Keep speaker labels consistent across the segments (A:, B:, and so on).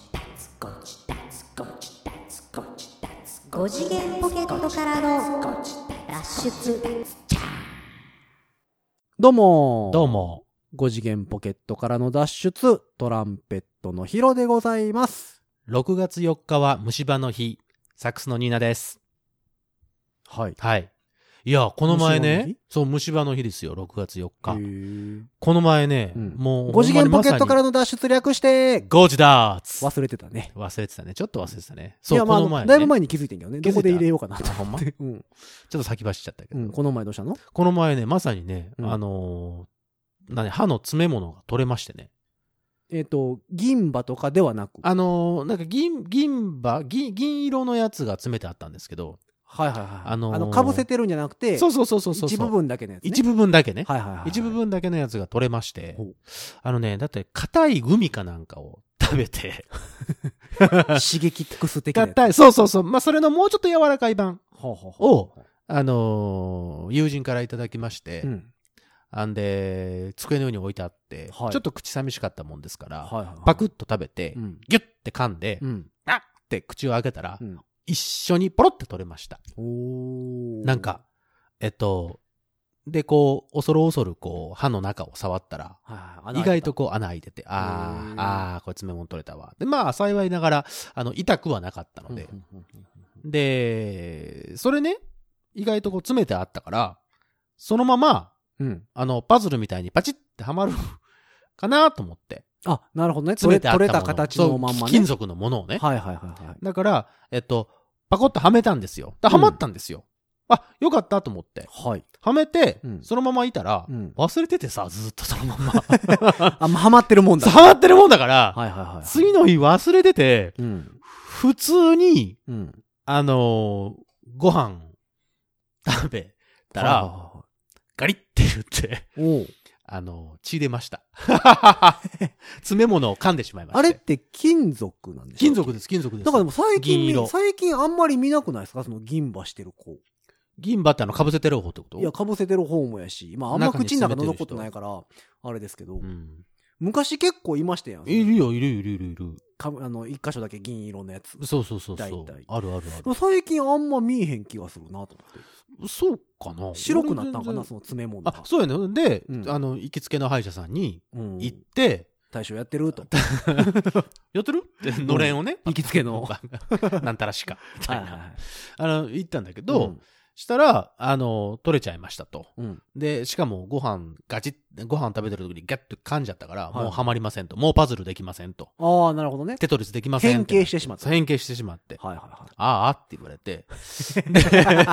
A: ゴチダツゴチダツゴチダツ5次元ポケットからの脱出
B: どうも
C: どうも。
B: 5次元ポケットからの脱出、トランペットのヒロでございます。
C: 6月4日は虫歯の日、サックスのニーナです。
B: はい。
C: はい。いや、この
B: 虫歯の
C: 前ね
B: 日、
C: そう、虫歯の日ですよ、6月4
B: へ
C: 日。
B: ー
C: この前ね、
B: うん
C: もう、
B: 5次元ポケットから
C: の、
B: の脱出略して、
C: ゴジダーツ
B: 忘れてたね。
C: 忘れてたね。ちょっと忘れてたね。そう、
B: いや、まあ、あ
C: この
B: の
C: 前、ね。
B: だいぶ前に気づいてんけどね。
C: 気
B: ど
C: づいた
B: こで入れようかなと
C: あほん
B: 思
C: ま
B: っ
C: ちょ
B: て。うん。
C: っと先走っちゃったけ
B: う
C: ど。
B: ん。この前どうしたの
C: この前ね、まさにね、
B: うん
C: あのー何、歯の詰め物が取れましてね。
B: えっと、銀歯とかではなく。
C: あのーなんか銀、銀歯、銀、銀色のやつが詰めてあったんですけど、
B: はいはいはい。あ
C: あのー
B: の、かぶせてるんじゃなくて、
C: そうそうそうそうそう。
B: 一部分だけのやつね。
C: 一部分だけね。
B: はいはいはい。
C: 一部。分だけのやつが取れまして
B: ほう、
C: あのね、だって硬いグミかなんかを食べて、
B: 刺激ックス的なやつ。
C: 硬い、そうそうそう、まあそれのもうちょっと柔らかい版
B: ほうほうほう
C: を、あのー友人からいただきまして、
B: うん。
C: あんで、机の上に置いてあって、
B: はい
C: ちょっと口寂しかったもんですから、
B: はいはいはい。
C: パクッと食べて、
B: うん。
C: ギュッて噛んで、
B: うん。
C: あっって口を開けたら、
B: うん
C: 一緒にポロって取れました。
B: おー
C: なんか、、えっと、で、こう、恐る恐る、こう、歯の中を触ったら、
B: はいはい
C: 意外と、こう穴開いてて、
B: へ
C: あ
B: ー
C: あ、ああ、これ爪も取れたわ。で、まあ幸いながら、あの、痛くはなかった
B: 穴
C: の
B: 開いた。
C: で
B: うんうんうん
C: で、それね、意外とこう詰めてあったから、そのまま、
B: うんうん。
C: あの、パズルみたいにパチッってはまる かなと思って。
B: あ、なるほどね。
C: 詰
B: 取
C: め
B: れ
C: てあった
B: 取れ
C: もの
B: た形のまん
C: そ
B: ま
C: う
B: ね。
C: 金属のものをね。
B: はいはいはいはい。
C: だから、えっと、パコッとはめたんですよ。ではまったんですよ。あ、よかったと思って。
B: はい。
C: はめて、
B: うん
C: そのままいたら、
B: うん
C: 忘れててさ、ずっとそのま ま。
B: あ、まあ、ハマってるもんだ。
C: そうはまってるもんだから、
B: はいはいはい。
C: 次の日忘れてて、
B: うん。
C: 普通に、
B: うん。
C: あのーご飯食べた
B: はい
C: ら、
B: は
C: ガリって言って、
B: いはい、おう
C: あのー血出ました。 詰め物を噛んでしまいました。
B: あれって金属なんです
C: 金属です、金属です。
B: だからでも最近
C: 銀
B: 見、
C: 色
B: 最近あんまり見なくないですかその銀歯してる子。
C: 銀歯ってあの、かぶせてる方ってこと
B: いや、かぶせてる方もやし、まああんま
C: 中に
B: 口の中覗
C: 詰
B: く
C: めてる人
B: ことないから、あれですけど、
C: うん。
B: 昔結構いましたやん。
C: いるよ、いるいるいるいる。
B: かあの、一箇所だけ銀色のやつ。
C: そうそうそうそう。
B: 大体
C: あるある
B: で
C: あ
B: も最近あんま見えへん気がするなと思って。
C: る。そうかな
B: 白くなったんかな
C: 俺全然
B: その詰め物が
C: あ、。そうやね。で、
B: うん
C: あの、行きつけの歯医者さんに
B: うん
C: 行って、
B: 大将やって ると。
C: やってるって、のれんをね。
B: 行きつけの。は
C: なんたらしか。み
B: い
C: た
B: はいいは
C: な。
B: い。
C: あの、行ったんだけど、したら、あの、取れちゃいましたと。
B: うん、うん。
C: で、しかもご飯、ガチッ、ご飯食べてる時にガッと噛んじゃったから、
B: はい
C: もうハマりませんと。もうパズルできませんと。
B: ああ、なるほどね。
C: テトリスできません
B: 変形しててしまった。はい
C: 変形してしまって。
B: はいは
C: ああって言われて。で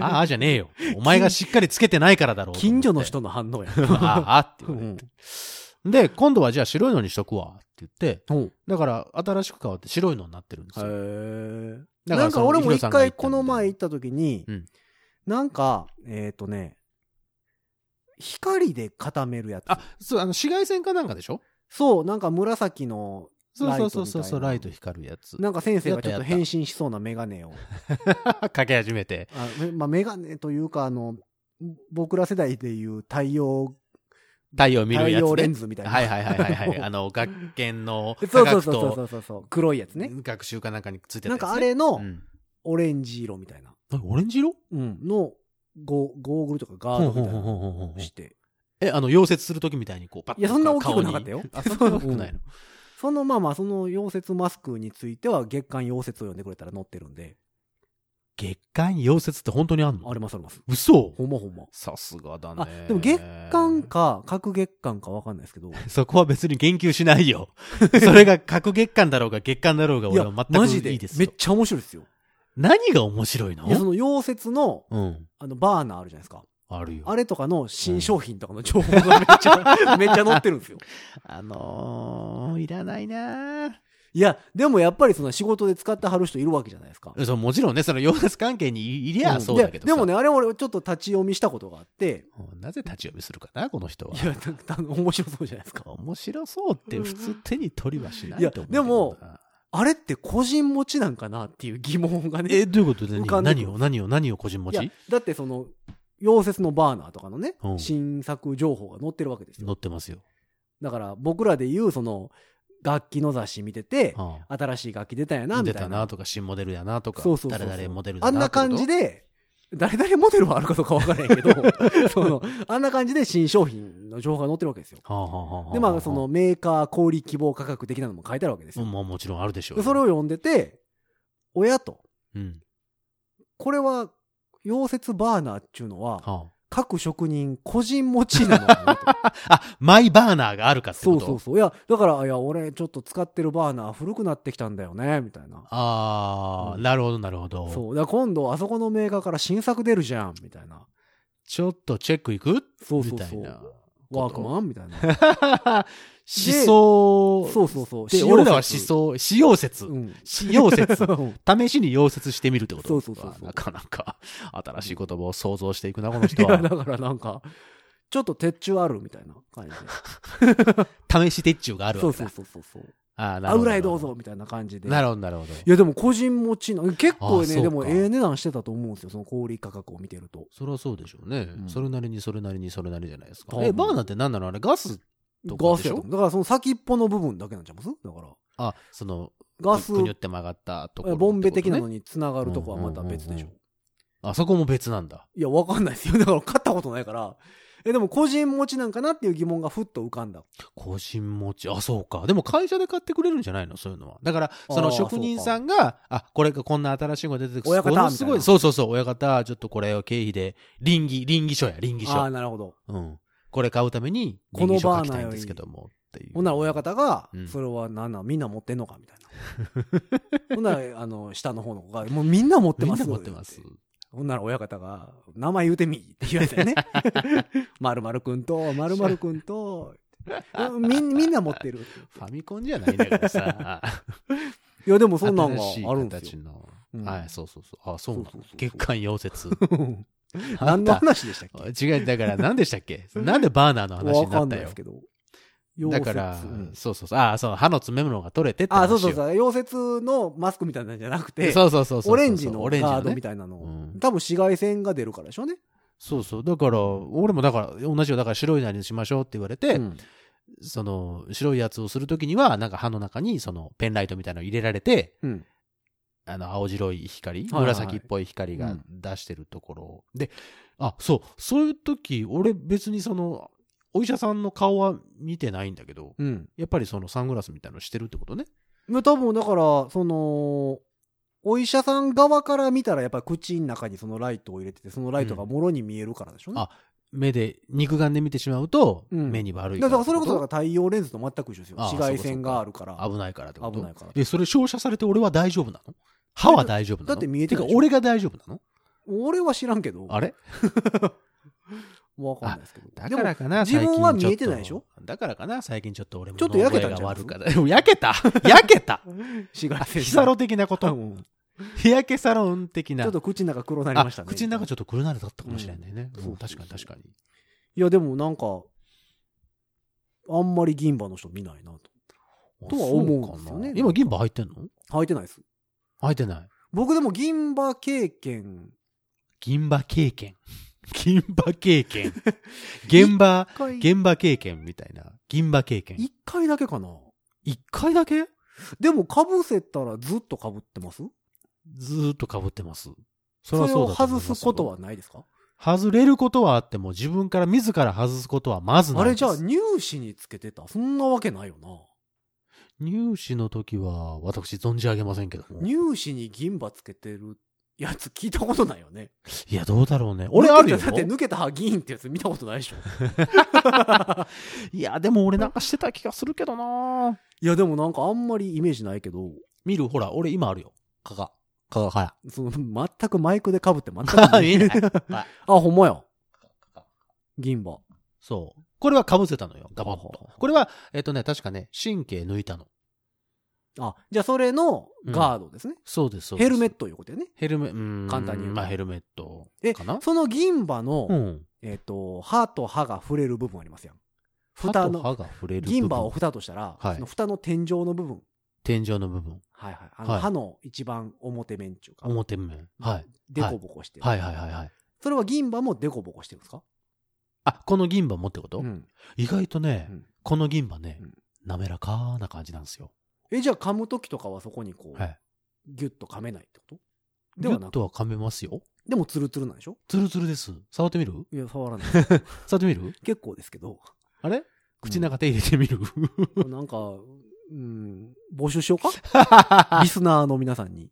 C: あ あじゃねえよ。お前がしっかりつけてないからだろう
B: い。
C: と思
B: 近所
C: って。
B: の人の反応や。
C: ああって言われて。で、今度はじゃあ白いのにしとくわって言って、
B: うん。
C: だから新しく変わって白いのになってるんですよ。
B: へえ。
C: だ
B: なん
C: そ
B: か
C: の
B: 俺も
C: ヒロ
B: 一
C: さんが
B: 回
C: 言ったみたい
B: こ
C: な
B: の前行った時に
C: うん、
B: なんか、えっとね、光で固めるやつ。
C: あ、そう、あの紫外線かなんかでしょ
B: そう、なんか紫の、
C: そうそうそうそうそう、
B: ラ
C: ラ
B: イ
C: イ
B: ト
C: ト
B: み
C: 光るやつ。
B: なんか先生がちょっ
C: や
B: と
C: ったや
B: 変
C: っ
B: 身しそうなメガネを。
C: かけ始めて。
B: あめまあ、メガネというか、あの、僕ら世代でいう太陽、
C: 太陽見る
B: 太
C: やつ、ね。
B: 陽レンズみたいな。
C: はいはいはいは いはい。あの、学研の
B: そうそ
C: 科
B: う
C: 学
B: そうそ
C: と
B: うそうそう。黒いやつね。
C: 学習かなんかについてた
B: な
C: や
B: ん
C: つね
B: かあれの
C: うん
B: オレンジ色みたいな。
C: あオレンジ色
B: うん。のゴゴーグルとかガ
C: ほう
B: ード
C: ほう
B: みた
C: ほう
B: いな
C: ほうほうほ
B: の
C: う
B: して。
C: え、あの、溶接するときみたいにこう、パッと
B: いや、そんな大きくなかった
C: よ。
B: よ。
C: あ、そんな大きくないの。
B: そのまあまあ、その溶接マスクについては月間溶接を読んでくれたら載ってるんで、
C: 月間溶接って本当にあんの
B: ありますあります。
C: 嘘
B: ほんまほんま。
C: さすがだ
B: あ
C: ね。
B: でも月間か、各月間かわかんないですけど。
C: そこは別に言及しないよ。 それが各月間だろうが月間だろうが
B: い
C: 俺
B: や、
C: は
B: マジ
C: 全く
B: で、
C: いいです
B: め
C: よ
B: っ。ちゃ面白いですよ。
C: 何が面白いの
B: いや、その溶接の、
C: うん。
B: あの、バーナーあるじゃないですか。
C: あるよ。
B: あれとかの新商品とかの情報がめっちゃ、めっちゃ載ってるんですよ。
C: あのー、いらないなー
B: いや、でもやっぱりその仕事で使ってはる人いるわけじゃないですか。
C: そうもちろんね、その溶接関係にいりゃ
B: ん
C: そうだけど
B: で
C: さ、
B: でもね、あれ俺ちょっと立ち読みしたことがあって、。
C: うんなぜ立ち読みするかな、この人はい
B: や、た面白そうじゃないですか。
C: 面白そうって普通手に取りはしない
B: や
C: いと思うけどな。
B: あれって個人持ちなんかなっていう疑問がね。
C: え、どういうことで
B: 浮かんでく
C: 何
B: る
C: を、何を、何を個人持
B: いや
C: ち、
B: だってその、溶接のバーナーとかのね、
C: うん
B: 新作情報が載ってるわけです
C: 載
B: よ
C: っ。てますよ。
B: だから僕らで言うその、楽器の雑誌見てて、
C: うん
B: 新しい楽器出たんやな、み
C: 出
B: たい
C: た
B: な。
C: なとか、新モデルやなとか、
B: そうそうそうそう
C: 誰々モデルだ
B: あ
C: なん
B: な感じ
C: で。
B: で、誰々モデルはあるかどうか分からへんけ ど、その、あんな感じで新商品の情報が載ってるわけですよ。
C: はあはあはあはあ
B: で、まあ、その、メーカー小売希望価格的なのも書いてあるわけです
C: う
B: よ。
C: ん、まあもちろんあるでしょう
B: で
C: よ。
B: それを読んでて、親と、
C: うん。
B: これは、溶接バーナーっていうのは、
C: は
B: 各職人個人持ちなのか なと。
C: ああ、マイバーナーがあるかって
B: そ
C: こ
B: う
C: と
B: そうそう。いや、だから、いや、俺ちょっと使ってるバーナー古くなってきたんだよね、みたいな。
C: ああ、
B: うん
C: なるほど、なるほど。
B: そう。だから今度、あそこのメーカーから新作出るじゃん、みたいな。
C: ちょっとチェックいく
B: そうそう
C: みた
B: そ
C: いうな。。
B: ワークマンみたいな。
C: 思 想。
B: そうそうそう。
C: で、
B: 使用説
C: 俺らは思。想、使用説。
B: うん。
C: 使用説。
B: うん
C: 試しに溶接してみるってこと
B: そうそうそうそう
C: なかなか、新しい言葉を想像していくな、こ の
B: い
C: 人
B: や、
C: は。
B: だからなんか、ちょっと鉄柱あるみたいな感じで。
C: 試し鉄柱がある
B: そ
C: わ
B: う
C: け
B: そう
C: だ。
B: そうそうそう。
C: ああ、なる
B: あ
C: ほど。
B: 裏へどうぞ。みたいな感じで。
C: なるほど、なるほど。
B: いや、でも個人持ちの、結構
C: あそう
B: ね、
C: か
B: でもええ値段してたと思うんですよ。その小売価格を見てると。
C: そりゃそうでしょうね、
B: うん
C: それなりにそれなりにそれなりじゃないですか
B: 多。分
C: え、バーナーって何なのあれガスとか
B: ガ
C: で
B: ス
C: し
B: や
C: ょ
B: と思うだからその先っぽの部分だけなんちゃいますだから。
C: あ、その、
B: ガス、
C: くによって曲がったところ、
B: ボンベ的なの
C: に。
B: に繋がるとこはまた別で
C: うんうんうん
B: し
C: う
B: ょ
C: ん。あそこも別なんだ。
B: いや、わかんないですよ。 だから買ったことないから。え、でも個人持ちなんかなっていう疑問がふっと浮かんだ。
C: 個人持ち。あ、そうか。でも会社で買ってくれるんじゃないのそういうのは。だから、
B: あー
C: その職人さんが、あこれがこんな新しいのが出てく
B: 親方
C: ものすご
B: みたい
C: い。
B: な
C: そうそうそう。親方、ちょっとこれを経費で、臨義、臨義書や、臨義
B: ああー、
C: 書。
B: なるほど。
C: うん。これ買うために、
B: こ
C: 臨
B: の
C: 義書
B: バ
C: 書
B: ー
C: き
B: ナー
C: た
B: より
C: いんですけども。っていう。
B: ほんなら親方が
C: う、ん
B: それは何なんみんな持ってんのかみたいな。ほんなら、あの、下の方の子が、もうみんな持って
C: みん
B: ます
C: な持ってます。
B: ほんなら親方が、名前言うてみって言われたよ ね。まるまるくんと、まるまるくん と、うんみんみんな持ってる。
C: ファミコンじゃないんだからさ。
B: いや、で もそんなんが
C: 新しい
B: あるんです
C: 形
B: よ。
C: の
B: うん
C: はい、そうそうそう。あ、そうなんだ
B: そうそうそう
C: 月間 溶接。あ
B: 何
C: ん
B: の
C: た
B: 話でしたっけ
C: 違う、だから何でしたっけなんでバーナーの話
B: わ
C: にな
B: か
C: っ
B: んな
C: た
B: いで
C: よ
B: す。けど。
C: だから
B: 溶接うん、
C: そうそうそう。あ、そう、歯の詰め物が取れてって話
B: あ、
C: よ。
B: そうそうそう。溶接のマスクみたいなんじゃなくて、
C: そうそうそうそう。
B: オレンジの
C: オ
B: ガ
C: レンジ
B: ー
C: の
B: ドみ
C: ね。
B: たいなのを
C: うん
B: 多分紫外線が出るからでしょうね。
C: そうそう。だから、俺もだから、同じよ。だから白いなりにしましょうって言われて
B: う、ん
C: その、白いやつをするときには、なんか歯の中に、その、ペンライトみたいなの入れられて、
B: うん
C: あの、青白い光、
B: はいはい
C: 紫っぽい光が出してるところをで、あ、そう、そういう時、俺別にその、お医者さんの顔は見てないんだけど、
B: うん。
C: やっぱりそのサングラスみたいなのしてるってことね。
B: まあ多分だから、その、お医者さん側から見たらやっぱり口の中にそのライトを入れてて、そのライトがもろに見えるからでしょうね。
C: あ目で、肉眼で見てしまうと、
B: うん
C: 目に悪い
B: だから
C: か。
B: らそれこそだから太陽レンズと全く一緒ですよ。
C: ああ
B: 紫外線があるから。
C: 危ないからってこと
B: 危ないから
C: で、それ照射されて俺は大丈夫なの歯は大丈夫なの
B: だって見えてない
C: か
B: でしょ
C: 俺が大丈夫なの
B: 俺は知らんけど、
C: あれ
B: わかんないですけど。
C: だからかな、
B: でも自分は
C: 最近ちょっと
B: 見えてないでしょ
C: だからかな、最近ちょっと俺も。
B: ちょっと焼けたんちゃいます
C: 脳具合が悪かった。で も焼けた 焼けた
B: でも紫外線
C: ヒ
B: が。
C: サロ的なこ
B: う
C: と。
B: ん
C: 日焼けサロン的な。
B: ちょっと口の中黒なり
C: あ
B: ましたね。
C: 口の中ちょっとクルナルだったかもしれないね。
B: うん
C: うん
B: そう
C: 確
B: そうそう
C: かに確かに。
B: いや、でもなんか、あんまり銀歯の人見ないなと。とは思うんですよね
C: あそうかな今銀歯入ってんの
B: 履いてないです。
C: 入ってない。
B: 僕でも銀歯経験、
C: 銀歯経 験。銀歯経験。現場、
B: 一回、
C: 現場経験みたいな。銀歯経験。
B: 一回だけかな。
C: 一回だけ
B: でも被せたらずっと被ってます
C: ずーっと被ってます。そ
B: そ
C: れは
B: れ
C: そう
B: を
C: だと思い
B: 外
C: ますよ
B: すことはないですか
C: 外れることはあっても、自分から自ら外すことはまずない
B: あれ
C: です。
B: じゃあ入試につけてたそんなわけないよな。
C: 入試の時は、私存じ上げませんけども。
B: 入試に銀歯つけてるやつ聞いたことないよね。
C: いや、どうだろうね。 俺あるよ
B: 抜。けただって抜けた歯銀ってやつ見たことないで しょ。
C: いや、でも俺なんかしてた気がするけどない
B: やでもなんかあんまりイメージないけど、
C: 見る、ほら、俺今あるよ。かが。かがか
B: その全くマイクで被って全 く
C: ら。
B: 見えない
C: はい
B: あ、ほんまや。銀歯。
C: そう。これは被せたのよ。ガバッ
B: ほうほう
C: と
B: ほ。う
C: これは、えっとね、確かね、神経抜いたの。
B: あ、じゃあそれのガードですね。
C: そうです、そうです。
B: ヘルメ
C: ッ
B: ットいうことよね。
C: ヘルメ、うん。
B: 簡単に言うと
C: まあ、ヘルメット
B: え
C: かな。
B: その銀歯の、
C: うん。
B: えっ、と、歯と歯が触れる部分ありますやん。
C: 歯
B: 蓋
C: と
B: の、
C: 歯が触れる部分。
B: 銀歯を蓋としたら、
C: はい
B: その蓋の天井の部分。
C: 天井の部分。
B: はいはい。あの
C: はい
B: 歯の一番表面っていうか、
C: 表面。はい。
B: デコボコしてる、
C: はいはいはいはい。
B: それは銀歯もデコボコしてるんですか
C: あ、この銀歯もってこと、
B: うん。
C: 意外とね、
B: うん
C: この銀歯ね、
B: うん
C: 滑らかな感じなんですよ。
B: え、じゃあ噛む時とかはそこにこう、
C: はい。
B: ギュッと噛めないってこと
C: ギ
B: で
C: ュ
B: は
C: ッ
B: なく
C: とは噛めますよ。
B: でもツルツルなんでしょ
C: ツルツルです。触ってみる
B: いや、触らない。
C: 触ってみる
B: 結構ですけど、
C: あれ口の中手入れてみる、
B: なんか、うん、募集し ようかリスナーの皆さんに。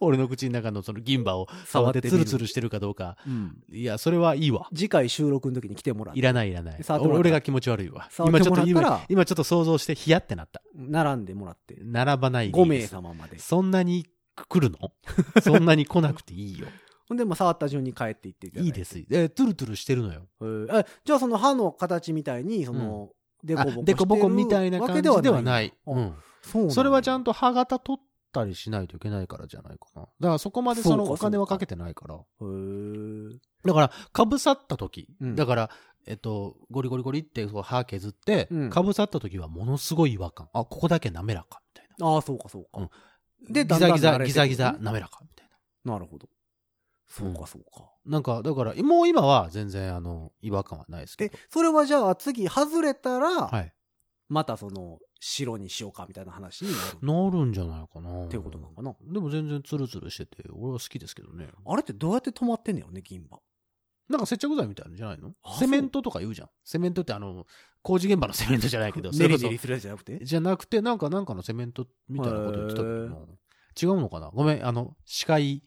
C: 俺の口の中のその銀歯を
B: 触
C: 触っ
B: っててみる
C: ツルツルしてるかどうか。
B: うん
C: いや、それはいいわ。
B: 次回収録の時に来てもらっ
C: い
B: て、
C: らないいらない。
B: 触ってもらった
C: 俺が気持ち悪いわ。
B: 触ってもらったら
C: 今ちょっと今今ちょっと想像してヒヤってなった。
B: 並んでもらって、
C: 並ばないでい
B: 5
C: いで
B: 名
C: す
B: 様まで。
C: そんなに来る のそんなに来なくていいよ。
B: ほんで、まあ、触った順に帰っていっていただ
C: いいです。え、トゥルトゥルしてるのよ。
B: えーえじゃあその歯の形みたいに、その、デコボコしてる
C: でこぼこみたいな感じで
B: わけ。
C: はないい。
B: わけでは
C: う
B: ない
C: ん。
B: そうなんだ
C: それはちゃんと歯型取ったりしないといけないからじゃないかな。だからそこまでその
B: そうか
C: お金
B: そう
C: は
B: か
C: かけてないから。
B: へー
C: だから、かぶさった時、
B: うん
C: だから、えっと、ゴリゴリゴリってこう歯削って、
B: うん
C: かぶさった時はものすごい違和感。あ、ここだけ滑らか、みたいな。
B: ああ、そうかそうか。で、
C: ギ
B: だんだ
C: ザ
B: ん
C: ギ
B: 慣
C: ザ、
B: れてくる
C: ギザギザ、滑らか、みたいな。
B: なるほど。そう
C: う
B: かそうか。
C: なんか、だから、もう今は全然、あの、違和感はないですけ
B: え
C: ど。、
B: それはじゃあ次外れた
C: は
B: ら、
C: い。
B: またその、白にしようかみたいな話になる
C: なるんじゃないかな。
B: っていうことなのかな。
C: でも全然ツルツルしてて、俺は好きですけどね。
B: あれってどうやって止まってんのよね、銀歯。
C: なんか接着剤みたいなんじゃないの
B: あそう
C: セメントとか言うじゃん。セメントってあの、工事現場のセメントじゃないけど、
B: ネリ
C: そ
B: ネ
C: れ
B: リ
C: こ
B: するやつじゃなくて
C: そじゃなくて、なんかなんかのセメントみたいなこと言ってたけど
B: へ
C: な違うのかなごめん、あの、司会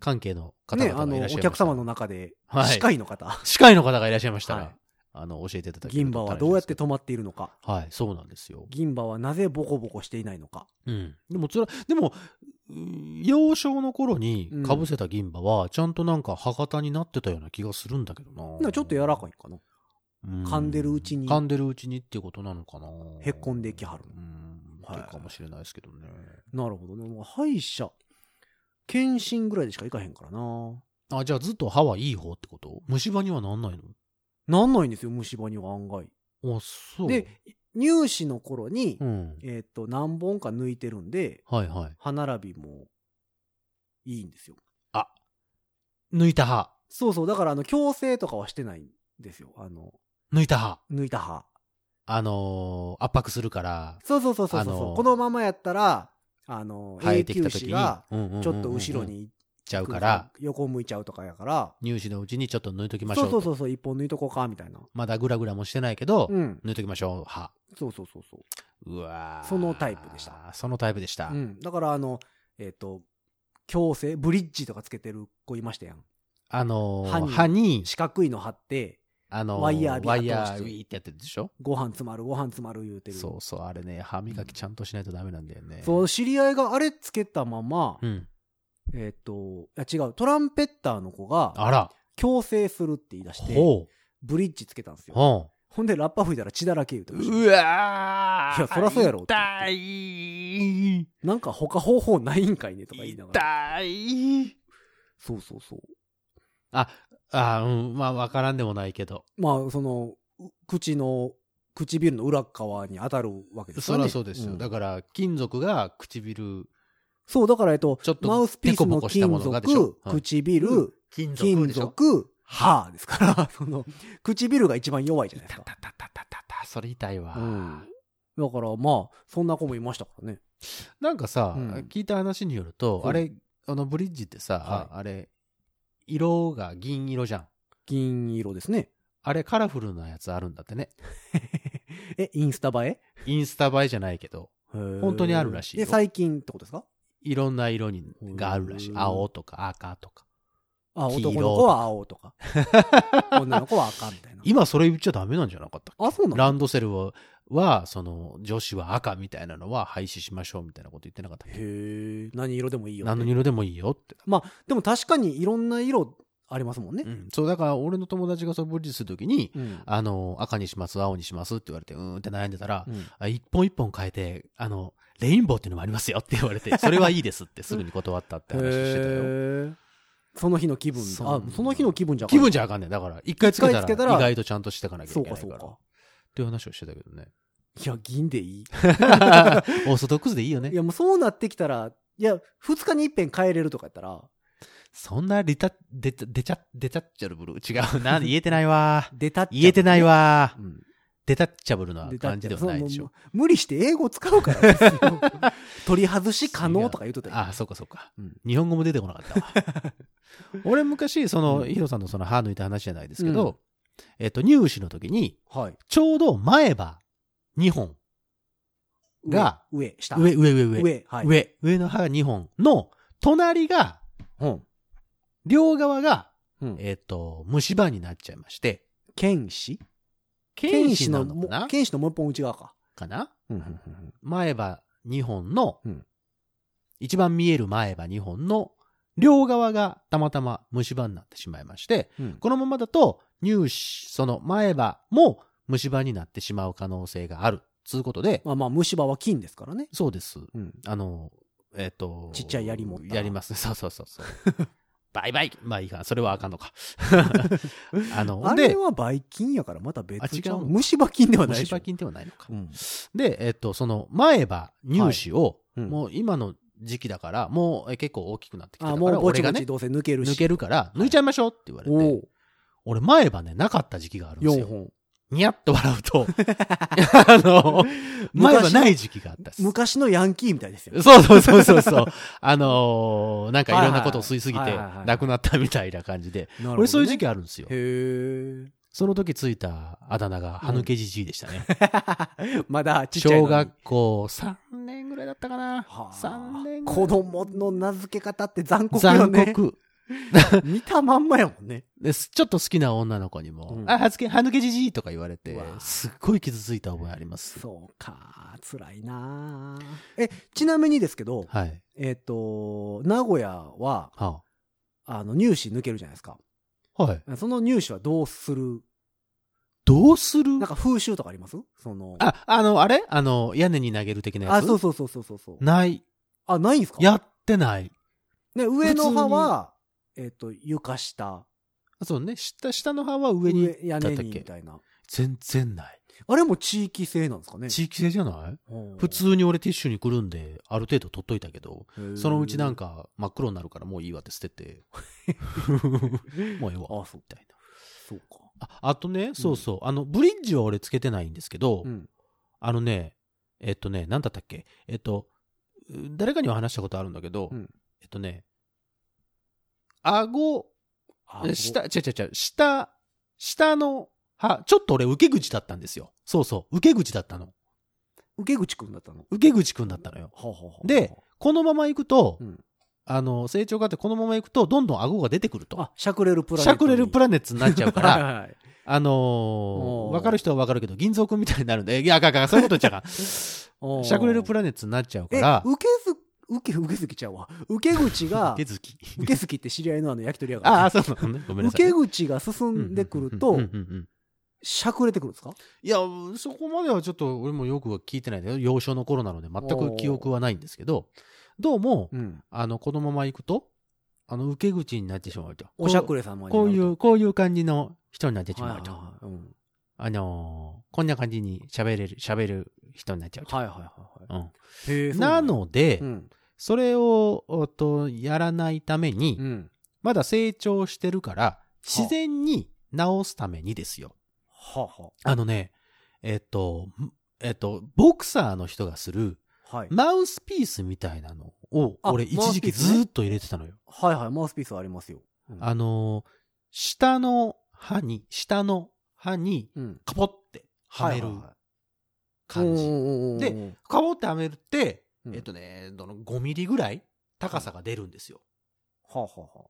C: 関係の方
B: ね、あ
C: 々が
B: の、
C: いら
B: お
C: っしゃいました、
B: 客様の中で、
C: はい
B: 歯科医の 方、
C: 司会の方がいらっしゃいましたら、
B: はい
C: あの、教えていただけ
B: 銀
C: る
B: 歯
C: と
B: はどうやって
C: 楽し
B: 止まっているのか、
C: みですはい、そうなんですよ。
B: 銀歯はなぜボコボコしていないのか。
C: うん。でも、つら、でも、うー幼少の頃に
B: うん
C: かぶせた銀歯は、ちゃんとなんか歯型になってたような気がするんだけどな。
B: なちょっと柔らかいかな。
C: 噛
B: 噛んでるうちに
C: 噛んでるうちにっていうことなのかな
B: へっこんできはる
C: うん、
B: はい
C: っていうかもしれないですけどね
B: なるほどね。もう歯医者、検診ぐらいでしか行かへんからな。
C: あじゃあずっと歯はいい方ってこと虫歯にはなんない
B: なんないんですよ、虫歯には案外。
C: のあそう
B: で、入試の頃に、
C: うん
B: えーっと、何本か抜いてるんで、
C: はいはい
B: 歯並びもいいんですよ。
C: 抜いた歯
B: そうそう、だからあの、矯正とかはしてないんですよ。あの、
C: 抜いた歯
B: 抜いた歯。
C: あのー圧迫するから
B: そうそうそうそうそう、
C: あのー
B: このままやったら、あの、
C: 生え
B: 永
C: て
B: 久
C: きた時
B: 歯
C: に
B: が、
C: ち
B: ちょっと後ろに行っ
C: ちゃうから
B: 横向いちゃうとかやから、
C: 入試のうちにちょっと抜いときましょ
B: そ
C: う
B: うそ
C: と
B: うそうそう、一本抜いとこうか、みたいな。
C: まだグラグラもしてないけど、
B: うん。
C: 抜いときましょう歯
B: そうそうそうそう。
C: うわー
B: そのタイプでした
C: そのタイプでした、
B: うん、だからあのえっ、と矯正ブリッジとかつけてる子いましたやん
C: あのー
B: 歯に
C: 歯に
B: 四角いの貼って
C: あの
B: ワイヤービ
C: ワ
B: ア通し
C: イ
B: て
C: ヤーウィーってやってるでしょ
B: ご飯詰まるご飯詰まる言うてる
C: そうそう、あれね、歯磨きちゃんとしないとダメなんだよね。
B: そう知り合いがあれつけたまま、
C: うん。
B: えっ、といや違うトランペッターの子が
C: あら。
B: 矯正するって言い出して
C: ほ
B: ブリッジつけたんです
C: う。
B: よ
C: ほ
B: ほんでラッパ吹いたら血だらけ言うて
C: う。
B: ました
C: うわー
B: いやそらそうやろって
C: 痛い
B: なんか他方法ないんかいねとか言いながら
C: 痛い
B: そうそうそう
C: あうん。まあ、わからんでもないけど。
B: まあそのう口の唇の裏側に当たるわけですか
C: そ
B: らね
C: らそうですよ。
B: ん
C: だから、金属が唇、
B: そう、だから、えっと
C: ちょっ、と
B: マウスピースの金
C: デコボコしたものがでし
B: 属
C: ょ、はい
B: 唇、
C: 金
B: 金
C: でしょ。
B: 属、歯ですから、 その、唇が一番弱いじゃないで
C: た
B: すか。
C: たたたたたた、それ痛いわ。
B: うん。だから、まあ、そんな子もいましたからね。
C: なんかさ、
B: うん
C: 聞いた話によると、
B: はい
C: あれ、あの、ブリッジってさ、
B: は
C: あれ、色が銀色じゃん。
B: 銀色ですね。
C: あれ、カラフルなやつあるんだってね。
B: え、インスタ映え
C: インスタ映えじゃないけど、
B: 本
C: 当にあるらしいよ
B: で、最近ってことですか
C: いろんな色にがあるらしい。
B: うん
C: 青とか赤とか。
B: あ、
C: 黄色
B: 男の子は青と か。女の子は赤みたいな。
C: 今それ言っちゃダメなんじゃなかったっけ
B: あ、そうな
C: ラ
B: の
C: ンドセルは、はその、女子は赤みたいなのは廃止しましょうみたいなこと言ってなかったっけ
B: へえ、何色でもいいよって。
C: 何の色でもいいよって。
B: でも確かにいろんな色ありますもんね
C: う。ん。そう、だから俺の友達がそのブリッジするときに、
B: うん。
C: あの、赤にします、青にしますって言われて、うーんって悩んでたら、
B: うん
C: あ一本一本変えて、あの、レインボーっていうのもありますよって言われて、 それはいいですってすぐに断ったって話してたよ。
B: へーその日の気分
C: そ
B: だ。あ
C: う、
B: その日の気分じゃ
C: 気分
B: じ
C: じゃあかんねん。だから、一回つけ
B: 一回
C: たら、意
B: つけたら
C: 外とちゃんとしていかなきゃいけ
B: そう
C: ないか。
B: からそうか。
C: っていう話をしてたけどね。
B: いや、銀で いい。
C: オーソドックスでいいよね
B: い。や、もうそうなってきたら、いや、二日に一遍帰れるとかやったら、
C: そんなリタ、でちゃ、でちゃ、でちゃっちゃるブルー。違うな。言えてない わ。
B: 出たっちゃう
C: 言えてない。わ。
B: うん。
C: デタッチャブルな感じではないでし
B: そうも
C: ょ。
B: う無理して英語使うからです よ取り外し可能とか言うとったよ
C: ああ、そうかそうか、
B: うん
C: 日本語も出てこなかったわ。 俺昔、その、
B: うん
C: ヒロさんのその歯抜いた話じゃないですけど、えっと、入試の時に、
B: はい。
C: ちょうど前歯2本、が
B: 上、上、下。
C: 上、上、上、上、上、
B: 上、はい。
C: 上の歯が2本の隣が、
B: うん。
C: 両側が、
B: うん。
C: えっと、虫歯になっちゃいまして、
B: 剣士
C: 剣士なの
B: も
C: かな
B: 剣士のもう一本内側か。
C: かな
B: うんうんうん
C: 前歯2本の、
B: うん
C: 一番見える前歯2本の両側がたまたま虫歯になってしまいまして、
B: うんうん
C: このままだと入試、その前歯も虫歯になってしまう可能性がある。つうことで、
B: まあまあ、虫歯は金ですからね。
C: そうです。
B: うん。
C: あの、えっ、と、
B: ちっちゃい槍持った
C: やりますね。 そうそうそうそう。 バイバイまあいいか、それはあかんのか。あの、
B: あ
C: で
B: れ、はばい菌やからまた別
C: あ違う
B: ちゃう虫歯菌ではないで
C: 虫
B: しょ。
C: 歯菌ではないのか。
B: うん。
C: で、えっと、その前歯入試を、
B: はいうん
C: もう今の時期だから、もうえ結構大きくなってきた
B: あ、
C: か
B: も
C: ら、
B: うぼち
C: 俺が
B: ぼ
C: ね
B: ち、どうせ抜けるし。
C: 抜けるから、
B: い
C: 抜いちゃいましょうって言われ
B: お
C: て、
B: お
C: 俺前歯ね、なかった時期があるんです
B: 4
C: よ。
B: 本。
C: にやっと笑うと、 あの、前歯ない時期があったです。
B: 昔のヤンキーみたいですよ。
C: そうそうそうそ うそう。あのーなんかいろんなことを吸いすぎ
B: はい
C: て
B: はいはいはい、
C: 亡くなったみたいな感じで。
B: なるほどね
C: 俺そういう時期あるんですよ。
B: へえ。
C: その時ついたあだ名が、歯抜けじじいでしたね。
B: まだちっちゃいの
C: 小
B: に。
C: 学校3年ぐらいだったかな。
B: はあ
C: 3年ぐらい
B: 子供の名付け方って 残酷よ
C: 残
B: ね。
C: 酷。
B: 見たまんまやもんね。
C: です。ちょっと好きな女の子にも、
B: うん
C: あ、はつけ、歯抜けじじいとか言われて
B: うわ、
C: すっごい傷ついた覚えあります。
B: そうか、辛いなあえ、ちなみにですけど、
C: はい。
B: えっ、と、名古屋は、
C: は
B: あの、入試抜けるじゃないですか。
C: あ、はい。
B: その入試はどうする
C: どうす
B: な
C: る
B: んか風習とかありますその。
C: あ、あの、あれあの、屋根に投げる的なやつ
B: あ、そうそうそうそうそうそう。
C: ない。
B: あ、ないんすか
C: やってない。
B: ね、上の歯は、えっ、と、床下、
C: そうね。下、下の歯は上に
B: 上屋
C: だ
B: 根
C: ったっ
B: にみ
C: け
B: たいな。
C: 全然ない。
B: あれも地域性なんですかね
C: 地域性じゃない
B: うん
C: 普通に俺ティッシュにくるんで、ある程度取っといたけど、
B: へー
C: そのうちなんか真っ黒になるからもういいわって捨て て。もうええわ。
B: あ、そう。
C: みたいな。
B: そうか。
C: ああとね、そうそう。あの、ブリッジは俺つけてないんですけど、
B: うん。
C: あのね、えっとね、なんだったっけえっと、う誰かには話したことあるんだけど、
B: うん
C: えっとね、顎、
B: あ
C: 下、違う違う違う、下、下の歯、ちょっと俺受け口だったんですよ。そうそう、受け口だったの。
B: 受け口くんだったの。
C: 受け口くんだったのよ。
B: はあはあはあ
C: で、このまま行くと、
B: うん
C: あの、成長があってこのまま行くと、どんどん顎が出てくると。
B: あ、しゃくれるプラネッ
C: しゃくれるプ
B: ラ
C: ラネッツになっちゃうか
B: はい
C: ら、
B: はいはい
C: あの
B: お
C: ー、
B: ー
C: わかる人はわかるけど、銀蔵くんみたいになるん で、いや、あかんあかんそういうこと言っちゃあかん。
B: おー
C: しゃくれるプラネッツになっちゃうか
B: え
C: ら、、
B: 受けず、受け、受け好きちゃうわ。受け口 が、
C: 手付き。
B: 受け好きって知り合いのあの焼き鳥屋が。
C: ああ、そうなのね。ごめんな
B: 受
C: さい。
B: け口が進んでくる
C: うん
B: と
C: うん、うんうん
B: しゃくれてくるんですか
C: いや、そこまではちょっと俺もよくは聞いてないんだよ。幼少の頃なので全く記憶はないんですけど、どうも、
B: うん。
C: あの、このまま行くと、あの、受け口になってしまうと。
B: おしゃくれ
C: れ。
B: 様に、
C: こういうう、こういう感じの人になってし
B: はい
C: ま
B: はい
C: うと。
B: はいうん
C: あのーこんな感じに喋れる、喋る人になっちゃうと。
B: はいはいはい
C: うん
B: はい。へーそう
C: なん
B: だ
C: ので、
B: うん。
C: それを、おっと、やらないために、
B: うん。
C: まだ成長してるから、自然に治すためにですよ。
B: はあは
C: あのね、えっと、んえっと、ボクサーの人がする
B: あはい。
C: マウスピースみたいなのを、
B: あ
C: 俺
B: マウ
C: 一
B: ス
C: 時
B: ピー
C: 期
B: スね
C: ずーっと入れてたのよ。
B: はいはい、マウスピースはありますよ。うん
C: あのー、下の歯に、下の歯に、
B: うん。
C: カポってはめ
B: は
C: る
B: いはいはい
C: 感じ。で
B: で、
C: カポってはめるって、
B: うん
C: えっとね、どの5ミリぐらい高さが出るんですよ。
B: はあはあはあ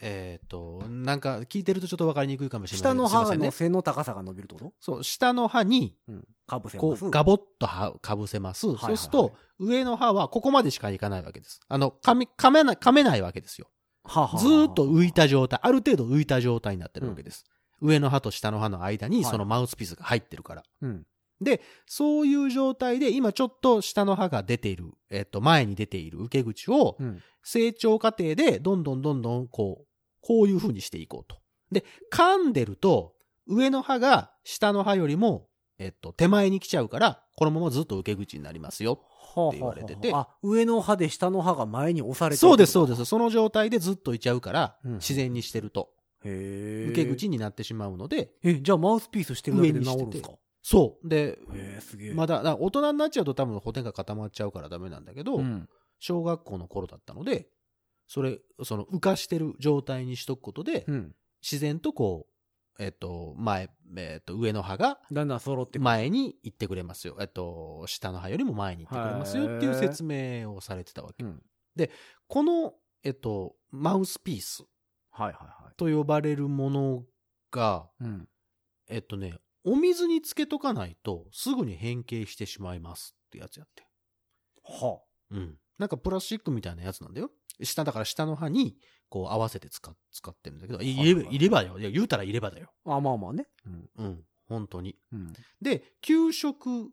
C: えっと、なんか聞いてるとちょっとわかりにくいかもしれない
B: 下
C: け
B: の
C: ど。
B: 歯
C: すいません
B: の
C: ね。
B: 背の高さが伸びるってこと
C: そう、下の歯に、
B: うん。かぶせま
C: こ
B: す。
C: う、ガボッと歯をかぶせます。
B: はいはいはい
C: そうすると、上の歯はここまでしかいかないわけです。あの、噛み、噛めない、噛めないわけですよ。
B: はあはあはあ
C: ずーっと浮いた状態、ある程度浮いた状態になってるわけです。上の歯と下の歯の間
B: は
C: に
B: い
C: そのマウスピースが入ってるから。
B: うん。
C: そういう状態で、今ちょっと下の歯が出ている、えっと、前に出ている受け口を
B: う、ん。
C: 成長過程で、どんどんどんどん、こう、こういう風にしていこうと。で、噛んでると、上の歯が下の歯よりも、えっと、手前に来ちゃうから、このままずっと受け口になりますよ。
B: は
C: って言われてて
B: あ、上の歯で下の歯が前に押されてる
C: そうです、そうです。。その状態でずっといちゃうから、
B: うん
C: 自然にしてると、
B: へえ。
C: 受け口になってしまうので、
B: え、じゃあマウスピースしてるだけで
C: 上にし
B: 治
C: て
B: る
C: て
B: んですか
C: そう。で、
B: えー、すげえ。
C: まだ、だから大人になっちゃうと多分補填が固まっちゃうからダメなんだけど、
B: うん。
C: 小学校の頃だったので、それ、その浮かしてる状態にしとくことで、
B: うん。
C: 自然とこう、えっ、と、前、えっ、と、上の歯が
B: だんだん揃ってくる
C: 前に行ってくれますよ。えっと、下の歯よりも前に行ってくれますよっていう説明をされてたわけ。
B: うん。
C: この、えっと、マウスピース
B: はいはいは
C: と呼ばれるものが、
B: い。うん。
C: えっとね、お水につけとかないとすぐに変形してしまいますってやつやって。
B: は
C: うん。なんかプラスチックみたいなやつなんだよ。下だから下の歯にこう合わせて使っ使ってるんだけど、い
B: はい
C: 入
B: は
C: れ
B: い
C: 入れ歯よ。いや、言うたら入れ歯だよ。
B: あ。あ、まあまあね。うん。
C: うん。本当に。
B: うん。
C: で、給食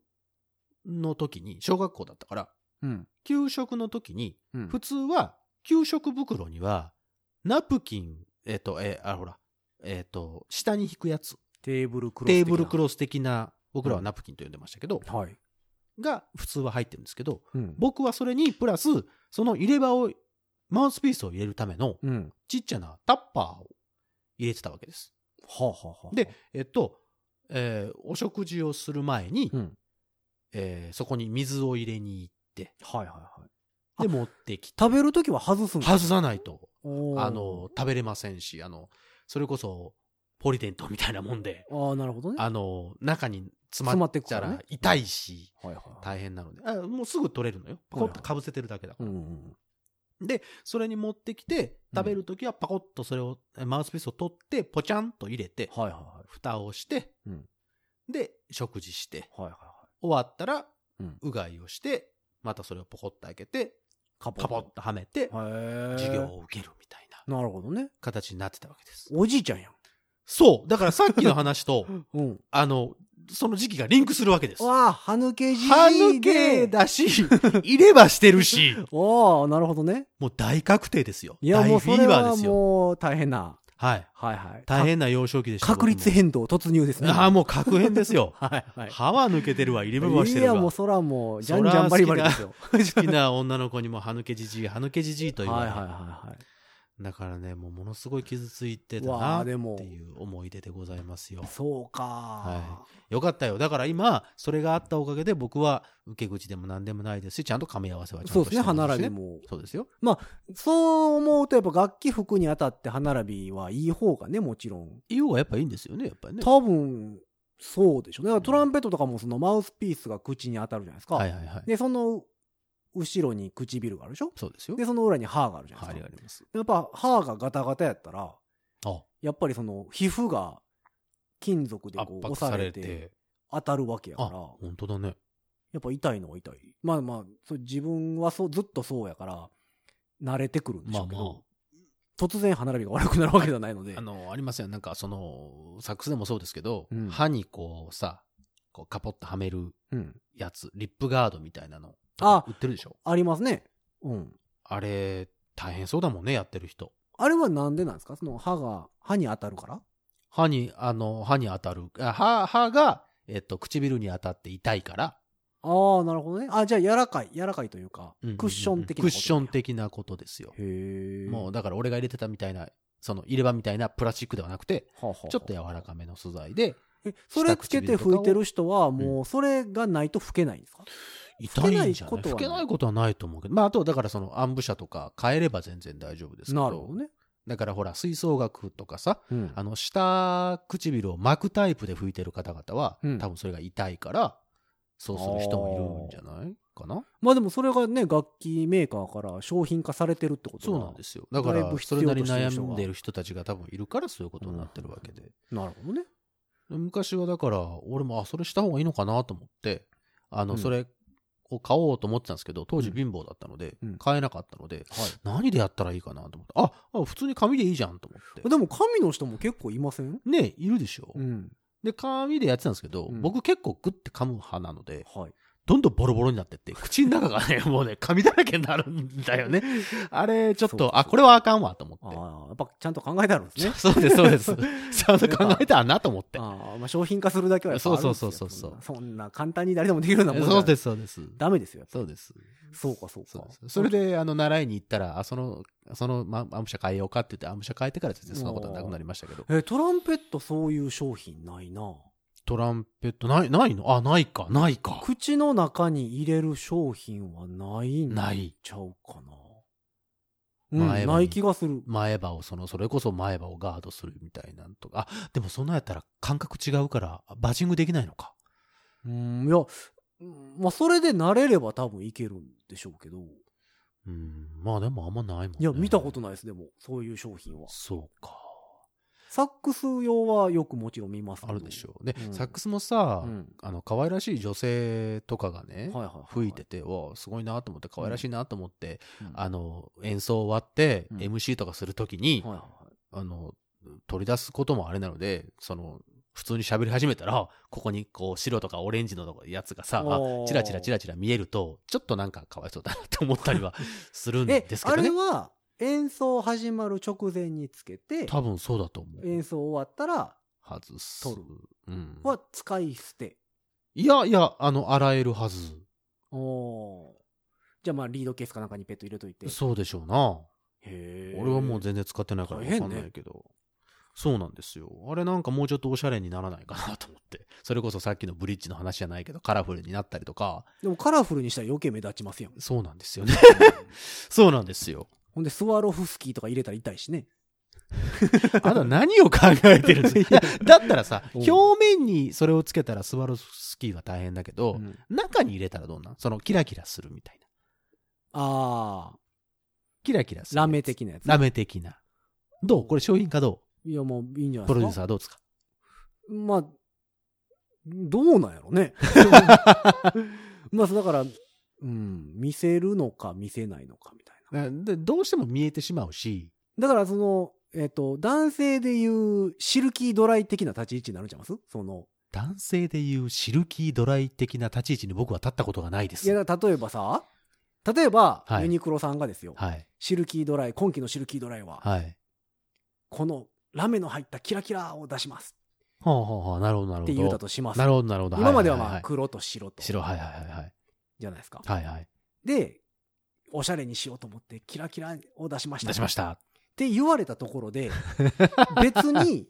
C: の時に、小学校だったから、
B: うん。
C: 給食の時に、
B: うん
C: 普通は、給食袋には、ナプキン、えっ、と、えーあ、ほら、えっ、と、下に引くやつ、
B: テーブルクロス的
C: テ
B: な。
C: ーブルクロス的な、僕らは
B: うん
C: ナプキンと呼んでましたけど、
B: はい。
C: が普通は入ってるんですけど、
B: うん。
C: 僕はそれにプラス、その入れ歯を、マウスピースを入れるための
B: うん。
C: ちっちゃなタッパーを入れてたわけです。
B: はあ、はあはあ。
C: で、えっと、えーお食事をする前に、
B: うん。
C: えーそこに水を入れに行って、
B: はいはいはい。
C: で、持ってきて、
B: 食べるときは外すんだ
C: 外さないと、
B: おー
C: あの、食べれませんし、あの、それこそ、ポリデントみたいなもんで、
B: ああ、なるほどね。
C: あの、中に詰
B: 詰
C: ま
B: ま
C: っ
B: ってく
C: た
B: からね
C: ら痛いし、
B: はいはいはい。
C: 大変なので、あもうすぐ取れるのよ。パコッとかぶせてるだけだか
B: う
C: ら。
B: んうん。
C: で、それに持ってきて、食べるときはパコッとそれを、えマウスピースを取って、ポチャンと入れて、
B: はいはいは
C: 蓋をして、
B: うん
C: で、食事して、
B: い。はいはいは
C: 終わったら、
B: うん
C: うがいをして、またそれをポコッと開けて、
B: い。カポ
C: カポッとはめて、
B: へえ。
C: 授業。を受けるみたいな
B: なるほどね。
C: 形になってたわけです。
B: おじいちゃんやん。
C: そう。だからさっきの話と、
B: うん。
C: あの、その時期がリンクするわけです。
B: わあ、歯抜けじいで。
C: 歯抜けだし、入れ歯してるし、
B: おーなるほどね。
C: もう大確定ですよ。
B: いや、
C: 大
B: もう
C: フ
B: そ
C: ィー
B: れ
C: バー
B: は
C: ですよ。
B: もう大変な。
C: はい。
B: はいはい。
C: 大変な幼少期でし
B: か。
C: た。
B: 確率
C: 僕も
B: 変動突入ですね。。
C: ああ、もう確変ですよ
B: はいはい。
C: 歯は抜けてるわ、入れ歯はしてる
B: いや、もう
C: わ。
B: そらもう、じゃんじゃんバリバリですよ。
C: 好きな女の子にも歯抜けじじい、歯抜けじじいと
B: はい
C: いう。
B: はいはいは
C: だからね、もうものすごい傷ついて
B: い。
C: た
B: わ
C: な
B: あ、
C: って
B: でも
C: い、う思い出でございますよ。
B: そうか。
C: はよかったよ。だから今、それがあったおかげで僕は受け口でも何でもないですし、ちゃんと噛み合わせはちゃん
B: そう
C: と
B: で
C: して
B: すね、歯
C: ますし
B: 並び。も。
C: そうですよ。
B: そう思うと、やっぱ楽器服に当たって歯並びはいい方がね、もちろん。
C: 言うがやっぱいいんですよね、やっぱりね。
B: 多分、そうでしょうね。だからトランペットとかもそのマウスピースが口に当たるじゃないですか。
C: はいはいはい。
B: で、その後ろに唇があるでしょ
C: そうですよ。
B: で、その裏に歯があるじゃな
C: はいい、
B: です
C: あ
B: か。
C: ります。
B: やっぱ歯がガタガタやったら、
C: あ、
B: やっぱりその皮膚が金属で
C: 圧
B: こう
C: 迫
B: 押さ
C: され
B: れて
C: て。
B: 当たるわけやから、
C: あ、本当だね。
B: やっぱ痛いのは痛い。まあまあ、そう自分はそうずっとそうやから、慣れてくるんでし
C: ま
B: ょ
C: あ
B: うけ
C: ま
B: ど、
C: あ。
B: 突然歯並びが悪くなるわけじゃないので。
C: あの、ありますよ。なんか、その、サックスでもそうですけど、
B: うん
C: 歯にこうさ、こうカポッとはめる
B: うん。
C: やつ、リップガードみたいなの、
B: あ
C: 売ってるでしょ。
B: ありますね。うん。
C: あれ、大変そうだもんね、やってる人。
B: あれはなんでなんですかその歯が、歯に当たるから
C: 歯に、あの、歯に当たる。あ歯、歯が、えっと、唇に当たって痛いから、
B: ああ、なるほどね。あ、じゃあ柔らかい、柔らかいというか、クッション的な
C: ク
B: こ
C: ッ
B: と。
C: ション的なことですよ。
B: へえ。
C: もう、
B: う、
C: だから俺が入れてたみたいな、その入れ歯みたいなプラスチックではなくて、
B: はあはあはあ
C: ちょっと柔らかめの素材で、
B: え、それつけて拭いてる人は、もう、それがないと拭けないんですか、
C: 痛いんじゃない
B: 拭
C: 拭
B: け
C: け
B: ないことはない
C: ないことはないと思うけど、まあ、あと、だからその、アンブ車とか変えれば全然大丈夫ですけど。
B: なるほどね。
C: だからほら、吹奏楽とかさ、
B: うん
C: あの、下唇を巻くタイプで拭いてる方々は、
B: うん
C: 多分それが痛いから、そうする人もいるんじゃないかな。
B: まあでもそれがね、楽器メーカーから商品化されてるってこと
C: そう
B: は
C: なんですよ。だか
B: だい
C: ら
B: ぶ、必
C: そ
B: 要
C: れ
B: として
C: なり
B: る人が
C: 悩んでる人たちが多分いるから、そういうことになってるわけで。
B: なるほどね。
C: 昔はだから、俺も、あ、それした方がいいのかなと思って、あの、
B: うん
C: それを買おうと思ってたんですけど、当時
B: うん
C: 貧乏だったので、
B: うん
C: 買えなかったので、
B: は
C: 何でやったらいいかなと思って、あ、あ普通に紙でいいじゃんと思って。
B: でも神の人も結構いません
C: ねいるでしょ、
B: ん。
C: で、紙でやってたんですけど、
B: うん
C: 僕結構グッて噛む派なので、
B: はい。
C: どんどんボロボロになってって、口の中がね、もうね、紙だらけになるんだよね。あれ、ちょっ
B: そうそう
C: と、あ、これはあかんわと思って。
B: ああ、やっぱちゃんと考えてあるんですね。
C: そうそうです、そうです。ちゃんと考えたらなと思って。
B: ああ、まあ商品化するだけはやっぱあるんですよ
C: そうそうそう
B: そん
C: そう
B: なそんな簡単に誰でもできるようなもんじゃない
C: そ
B: う
C: です、そうです。
B: ダメですよ。
C: そうです。
B: そうか、そう
C: そう
B: か
C: で。す。それで、あの、習いに行ったら、あ、その、その、ま、アムシャ変えようかって言って、アムシャ変えてから全然そんなことはなくなりましたけど。
B: え、トランペットそういう商品ないな。
C: トランペット、ない、ないのあ、ないか、ないか。
B: 口の中に入れる商品はないん
C: ない
B: ちゃうかな。うん、
C: 前歯に
B: ない気がする。
C: 前歯を、その、それこそ前歯をガードするみたいなんとか。あ、でもそんなんやったら感覚違うから、バッジングできないのか。
B: うん、いや、うんまあ、それで慣れれば多分いけるんでしょうけど。
C: うん、まあでもあんまないもん、ね。
B: いや、見たことな
C: ない。
B: いです、でも、そういう商品は。
C: そうか。
B: サックス用はよくもちろん見ますけ
C: あ
B: ど。
C: るでしょう。で、
B: うん
C: サックスもさ、
B: うん。
C: あの、可愛らしい女性とかが
B: は
C: ね、
B: いはいはいはい
C: 吹いてて、わあすごいなと思って、可愛らしいなと思って、
B: うん
C: あの、演奏終わって、
B: うん
C: MC とかするときに、
B: はいはいはい。
C: あの、取り出すこともあれなので、その、普通に喋り始めたら、ここにこう白とかオレンジのやつがさ、
B: おー
C: チラチラチラチラ見えると、ちょっとなんかかわいそうだなって思ったりはするん
B: え
C: で、すけ
B: あ
C: ど
B: れ
C: ね。
B: は演奏始まる直前につけて、
C: 多分そうだと思う
B: 演。奏終わったら、
C: 外す。
B: 取る
C: うん。
B: は使い捨て。
C: いやいや、あの、洗えるはず。
B: おーじゃあまあリードケースかなんかにペット入れといて。
C: そうでしょうな。
B: へー
C: 俺はもう全然使ってないから
B: 大
C: わ
B: 変
C: かんないけど、そうなんですよあれなんかもうちょっとおしゃれにならないかなと思ってそれこそさっきのブリッジの話じゃないけどカラフルになったりとか
B: でもカラフルにしたら余計目立ちますやん。
C: そうなんですよね そうなんですよ
B: ほんでスワロフスキーとか入れたら痛いしね。
C: あなた何を考えてるんですかいやだったらさ
B: うん
C: 表面にそれをつけたらスワロフスキーは大変だけど、
B: うん
C: 中に入れたらどうなんそのキラキラするみたいな
B: ああ、
C: キラキラする
B: ラメ的なやつ。
C: ラメ的などうこれ商品化ど
B: いやもういいんじゃ
C: う
B: ないですか。
C: プロデューサーどうですか
B: まあ、どうなんやろ ね。まあ、だから、うん、見せるのか見せないのかみたいな。
C: でどうしても見えてしまうし
B: だから、その、えっ、と、男性でいうシルキードライ的な立ち位置になるんちゃいますその、
C: 男性でいうシルキードライ的な立ち位置に僕は立ったことがないで
B: い
C: す。
B: や、だから例えばさ、例えば、
C: はい
B: ユニクロさんがですよ、
C: はい。
B: シルキードライ、今季のシルキードライは、
C: はい。
B: このラメの入ったキラキラを出します
C: はあ、はあはあ、なるほど、なるほ
B: って
C: ど。
B: 言うたとします。
C: なるほど、なるほど。
B: 今まではま
C: い
B: あ、
C: いい
B: 黒と白と、
C: 白、はいはいはいはい。
B: じゃないですか。
C: はいはい。
B: で、おしゃれにしようと思って、キラキラを出しました。
C: 出しました。
B: って言われたところ で、別に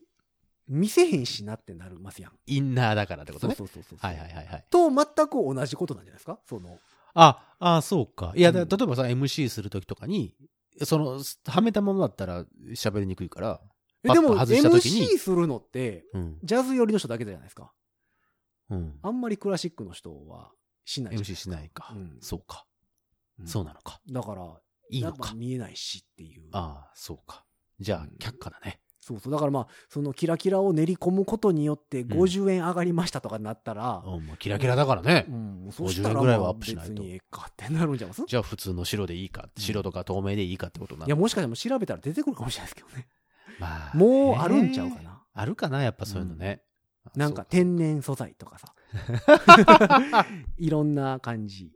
B: 見せへんしなってなりますやん。
C: インナーだからってことね。
B: そうそうそうそう。
C: はいはいはいはい。
B: と全く同じことなんじゃないですかその。
C: あ、あ、そうか。いや、
B: う
C: だ
B: ん
C: 例えばさ、MC するときとかに、その、はめたままだったら喋りにくいから、
B: え
C: パ
B: で
C: ッと
B: も
C: 外した時に
B: MC するのって、
C: うん。
B: ジャズ寄りの人だけじゃないですか。
C: うん。
B: あんまりクラシックの人はしないじゃない
C: MC しないか
B: うん。
C: そうか。そうなのか。
B: だから、
C: いい
B: や
C: の
B: っぱ
C: か。
B: 見えないしっていう。
C: ああ、そうか。じゃあ、却下だね。
B: そうそう。だからまあ、そのキラキラを練り込むことによって
C: ん
B: 50円上がりましたとかなったら、
C: うん、もうキラキラだからね。
B: うん、そした
C: 50
B: ら
C: 円ぐらい
B: ま
C: はア
B: あ
C: ップし
B: 別
C: ないと
B: にええかってなるんじゃいます
C: じゃあ普通の白でいいか、白とか透明でいいかってことない
B: や、もしかしても調べたら出てくるかもしれないですけ どね。
C: まあ
B: もうあるんちゃうか。
C: ね
B: な。
C: あるかな、やっぱそういうのね。あ
B: なんか
C: そう
B: 天然素材とか さ。いろんな感じ。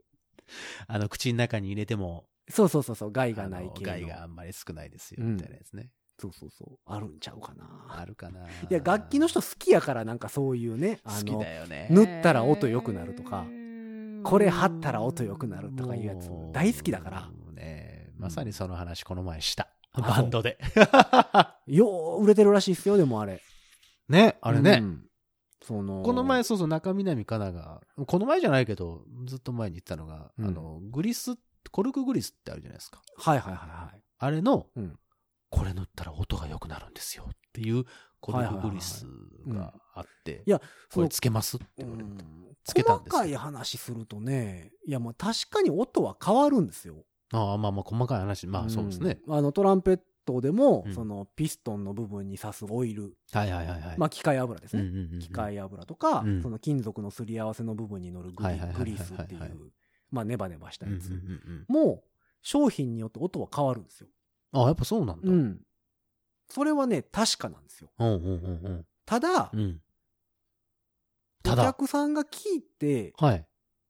C: あの、口の中に入れても、
B: そうそうそうそう、害がない
C: あの
B: 系の。
C: 害があんまり少ないですよ、
B: うん
C: みたいなやつね。
B: そうそうそう。あるんちゃうかな
C: あ。るかな。い
B: いや、楽器の人好きやからなんかそういうね、あ
C: 好き
B: の、
C: だよね。
B: 塗ったら音良くなるとか、これ貼ったら音良
C: 良
B: くなるとかいうやつ大好きだから。
C: ね
B: ん
C: まさにその話この前した。
B: あ
C: バンドで。
B: よう売れてるらしいっすよ、でもあれ。
C: ね、あれね。
B: うんその、
C: この前、、そうそう、中南かなが、この前じゃないけど、ずっと前に言ってたのが、
B: うん
C: あの、グリス、コルクグリスってあるじゃないですか。
B: はいはいはいはい。
C: あれの、
B: うん
C: これ塗ったら音が良くなるんですよっていうコルクグリスがあって、
B: いや、
C: こ
B: その
C: れつけますって言われて
B: うん
C: つけたんですよ
B: 細かい話するとね、いや、まあ確かに音は変わるんですよ。
C: ああ、まあまあ細かい話、まあそうですね。
B: うん。あの、トランペットでも、
C: うん
B: その、ピストンの部分に刺すオイル、
C: はいはいはいはい。
B: まあ、機械油です
C: うん
B: ね。
C: うんうんうん
B: 機械油とか、
C: うん
B: その金属のすり合わせの部分に乗るグリ,、
C: はいはいはいはい
B: グリスってい、
C: はいう
B: まあ、ネバネバした
C: うんう
B: や
C: ん
B: つ、
C: うん
B: もう、商品によって音は変わるんですよ。
C: うん。ああ、やっぱそうなんだ。
B: う
C: うん
B: ん。それはね、確かなんですよ。
C: うんうん
B: ただ
C: うん。う、ん。
B: お
C: ただ、
B: 客さんが聞いて
C: はい。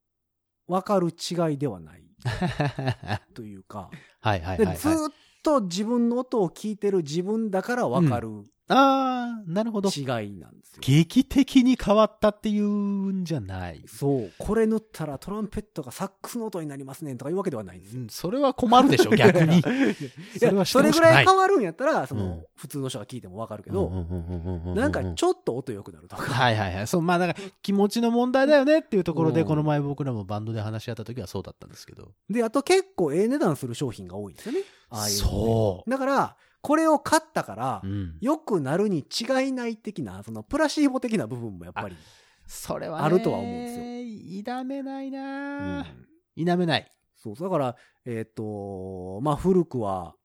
B: 分かる違いではない
C: は
B: というか、
C: いはいはい
B: で
C: はい。
B: ずーっと自分の音を聞いてる自分だから分かる
C: あー、なるほど。
B: 違いなんですよ。
C: 劇的に変わったっていうんじゃない。
B: そう、これ塗ったらトランペットがサックスの音になりますねんとかいうわけではないんですよ。
C: うんそれは困るでしょ、逆に。
B: い
C: そ
B: や
C: れは知っ
B: そ
C: て
B: れ
C: ほ
B: ぐ
C: しくな
B: ら
C: い
B: い変わるんやったら、そうの
C: ん、
B: 普通の人が聞いてもわかるけ
C: けど
B: ど、なんかちょっと音良くなるとか。
C: はいはいはい。そう、まあだから気持ちの問題だよねっていうところで、
B: うん
C: この前僕らもバンドで話し合った時はそうだったんですけど。
B: で、あと結構ええ値段する商品が多いんですよね。ああいうのね
C: そう。
B: だから、これを買ったから
C: う、ん。
B: 良くなるに違いない的な、そのプラシーボ的な部分もやっぱり、
C: それはね
B: あるとは思うんですよ
C: 否めないうなぁ
B: ん
C: 否めない。
B: そう、だから、えっ、と、まあ古くは、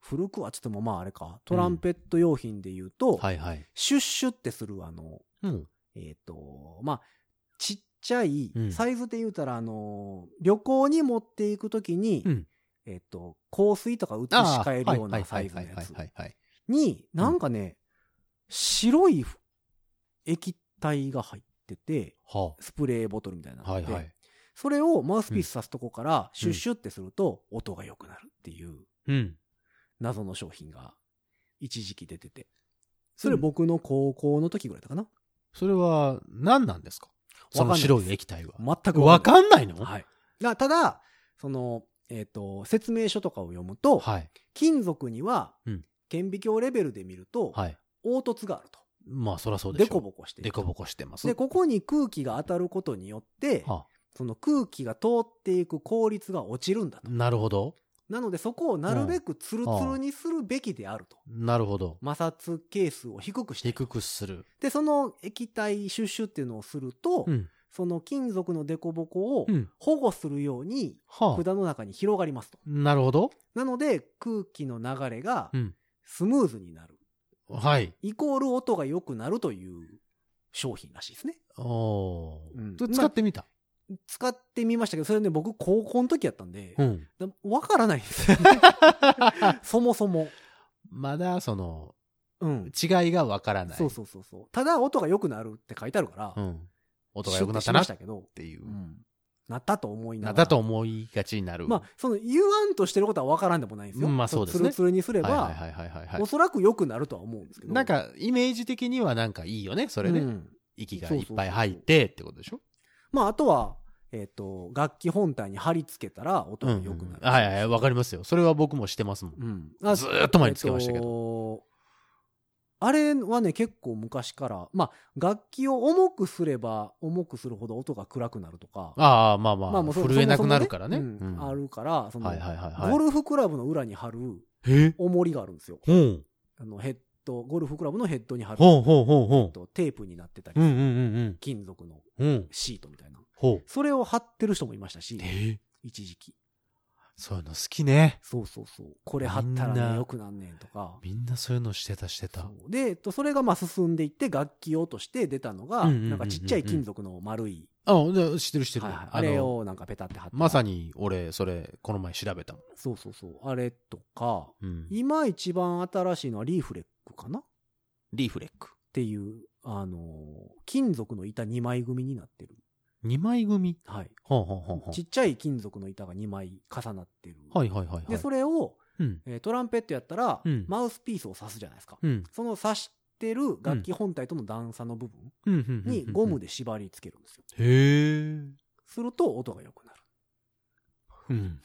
B: 古くはちょっともまああれか、トランペット用品で言うと、
C: はいはい。
B: シュッシュってするあの、
C: うん。
B: えっ、と、まあ、ちっちゃい
C: うん、
B: サイズで言うたら、あの、旅行に持っていくときに、
C: うん
B: えっ、と、香水とか移し
C: ああ
B: 替えるよう
C: は
B: ない
C: は
B: サ
C: い
B: イズ
C: は
B: の
C: い
B: や
C: はい
B: つ
C: はいはい。
B: に、なんかね、白い液体が入ってて、
C: は
B: スプレーボトルみたいな
C: あ。
B: の
C: はい
B: で、
C: はい。
B: それをマウスピースさすとこから、シュッシュってすると、音が良くなるっていう
C: うん。
B: 謎の商品が、一時期出てて。それ僕の高校の時ぐらいだったかな
C: それは何なんですかその白い液体は。
B: 全く
C: わ
B: ん
C: かんないの
B: ない。はい。だただ、その、えっ、と、説明書とかを読むと、
C: はい。
B: 金属には
C: うん、
B: 顕微鏡レベルで見ると、
C: はい。
B: 凹凸があると。
C: まあそりゃそうで
B: デ
C: しょ
B: コ
C: う。
B: ボコしてい
C: で
B: ると
C: こぼこしてます。
B: で、ここに空気が当たることによって、
C: はあ
B: その空気が通っていく効率が落ちるんだと。
C: なるほど。
B: なので、そこをなるべくツルツルにするべきであると。
C: なるほど。
B: 摩擦係数を低くしていく。
C: 低くする。
B: で、その液体シュッシュっていうのをすると、
C: うん。
B: その金属のデコボコを
C: うん。
B: 保護するように、
C: はあ。
B: 管の中に広がりますと。
C: なるほど。
B: なので、空気の流れが
C: うん
B: スムーズになる。
C: はい。
B: イコール音が良くなるという商品らしいですね。
C: おおー。
B: うん
C: それ使ってみた。
B: 使ってみましたけど、それね、僕高校の時やったんで、
C: うん。
B: だわからないですよね。そもそも。
C: まだ、その、
B: うん。
C: 違いがわからない。
B: そうそうそうそう。ただ音が良くなるって書いてあるから、
C: うん。音が良くなったなっ
B: シュッてしましたけど、
C: ていう
B: う。ん。なったと思いな
C: な
B: が
C: ん
B: ら。
C: だと思いがちになる。
B: まあ、その言わんとしてることは分からんでもないんですよ。
C: うんまあそうですね
B: ツルツルにすれば、
C: はいはいはいはいはいはい
B: お。そらく良くなるとは思うんですけど。
C: なん、か、イメージ的にはなんかいいよね、それ
B: う
C: ね。
B: ん
C: 息がいっぱい入ってってことでしょ
B: まあ、あとは、えっ、と、楽器本体に貼り付けたら音
C: う
B: が
C: ん
B: 良くなる。
C: はいはいはい、わかりますよ。それは僕もしてますもん。
B: うん。
C: ずーっと前につけましたけど
B: えっとあれはね、結構昔から、まあ、楽器を重くすれば、重くするほど音が暗くなるとか、
C: ああ、まあま
B: ま
C: あ、
B: もうそ
C: 震えなくなるからね。
B: そもそもねうん
C: うん
B: あるから、その、
C: はいはいはいはい
B: ゴ。ルフクラブの裏に貼る
C: え
B: 重りがあるんですよ。
C: ほん。
B: あの、ヘッド、ゴルフクラブのヘッドに貼る、
C: ほんほんほんほ
B: えっ
C: ん。
B: とテープになってたり
C: うんうんうん
B: 金属の
C: うん。うん。
B: シートみたいな。
C: ほう。
B: それを貼ってる人もいましたし、
C: え
B: 一時期。
C: そういうの好きね。
B: そうそうそう。これ貼ったら
C: みんな
B: ね、よくなんねんとか。
C: みんなそういうのしてたしてた。
B: そうで、えっと、それがまあ進んでいって、楽器用として出たのが、
C: うんうんうんうん
B: なんかちっちゃい金属の丸い、
C: あ、で知ってる知ってる。
B: はいはい
C: あ
B: あれ
C: の、
B: をなんかペタって貼って。
C: まさ
B: に。
C: に俺、それ、この前調べたもん。
B: そうそうそう。あれとか、
C: うん
B: 今一番新しいのはリーフレックかなっ
C: リーフレック。
B: ていう、あのー金属の板2枚組になってる。
C: 2枚組。
B: はい。
C: ほんほんほんほん。
B: ちっちゃい金属の板が2枚重なってる。
C: はいはいはいはい。
B: で、それを、
C: うん。
B: えートランペットやったら、
C: うん
B: マウスピースを刺すじゃないですか。
C: うん。
B: その刺してる楽器本体との段差の部分
C: うんうんうんうん。
B: にゴムで縛り付けるんですよ。
C: へえ。
B: すると音が良くな
C: うん。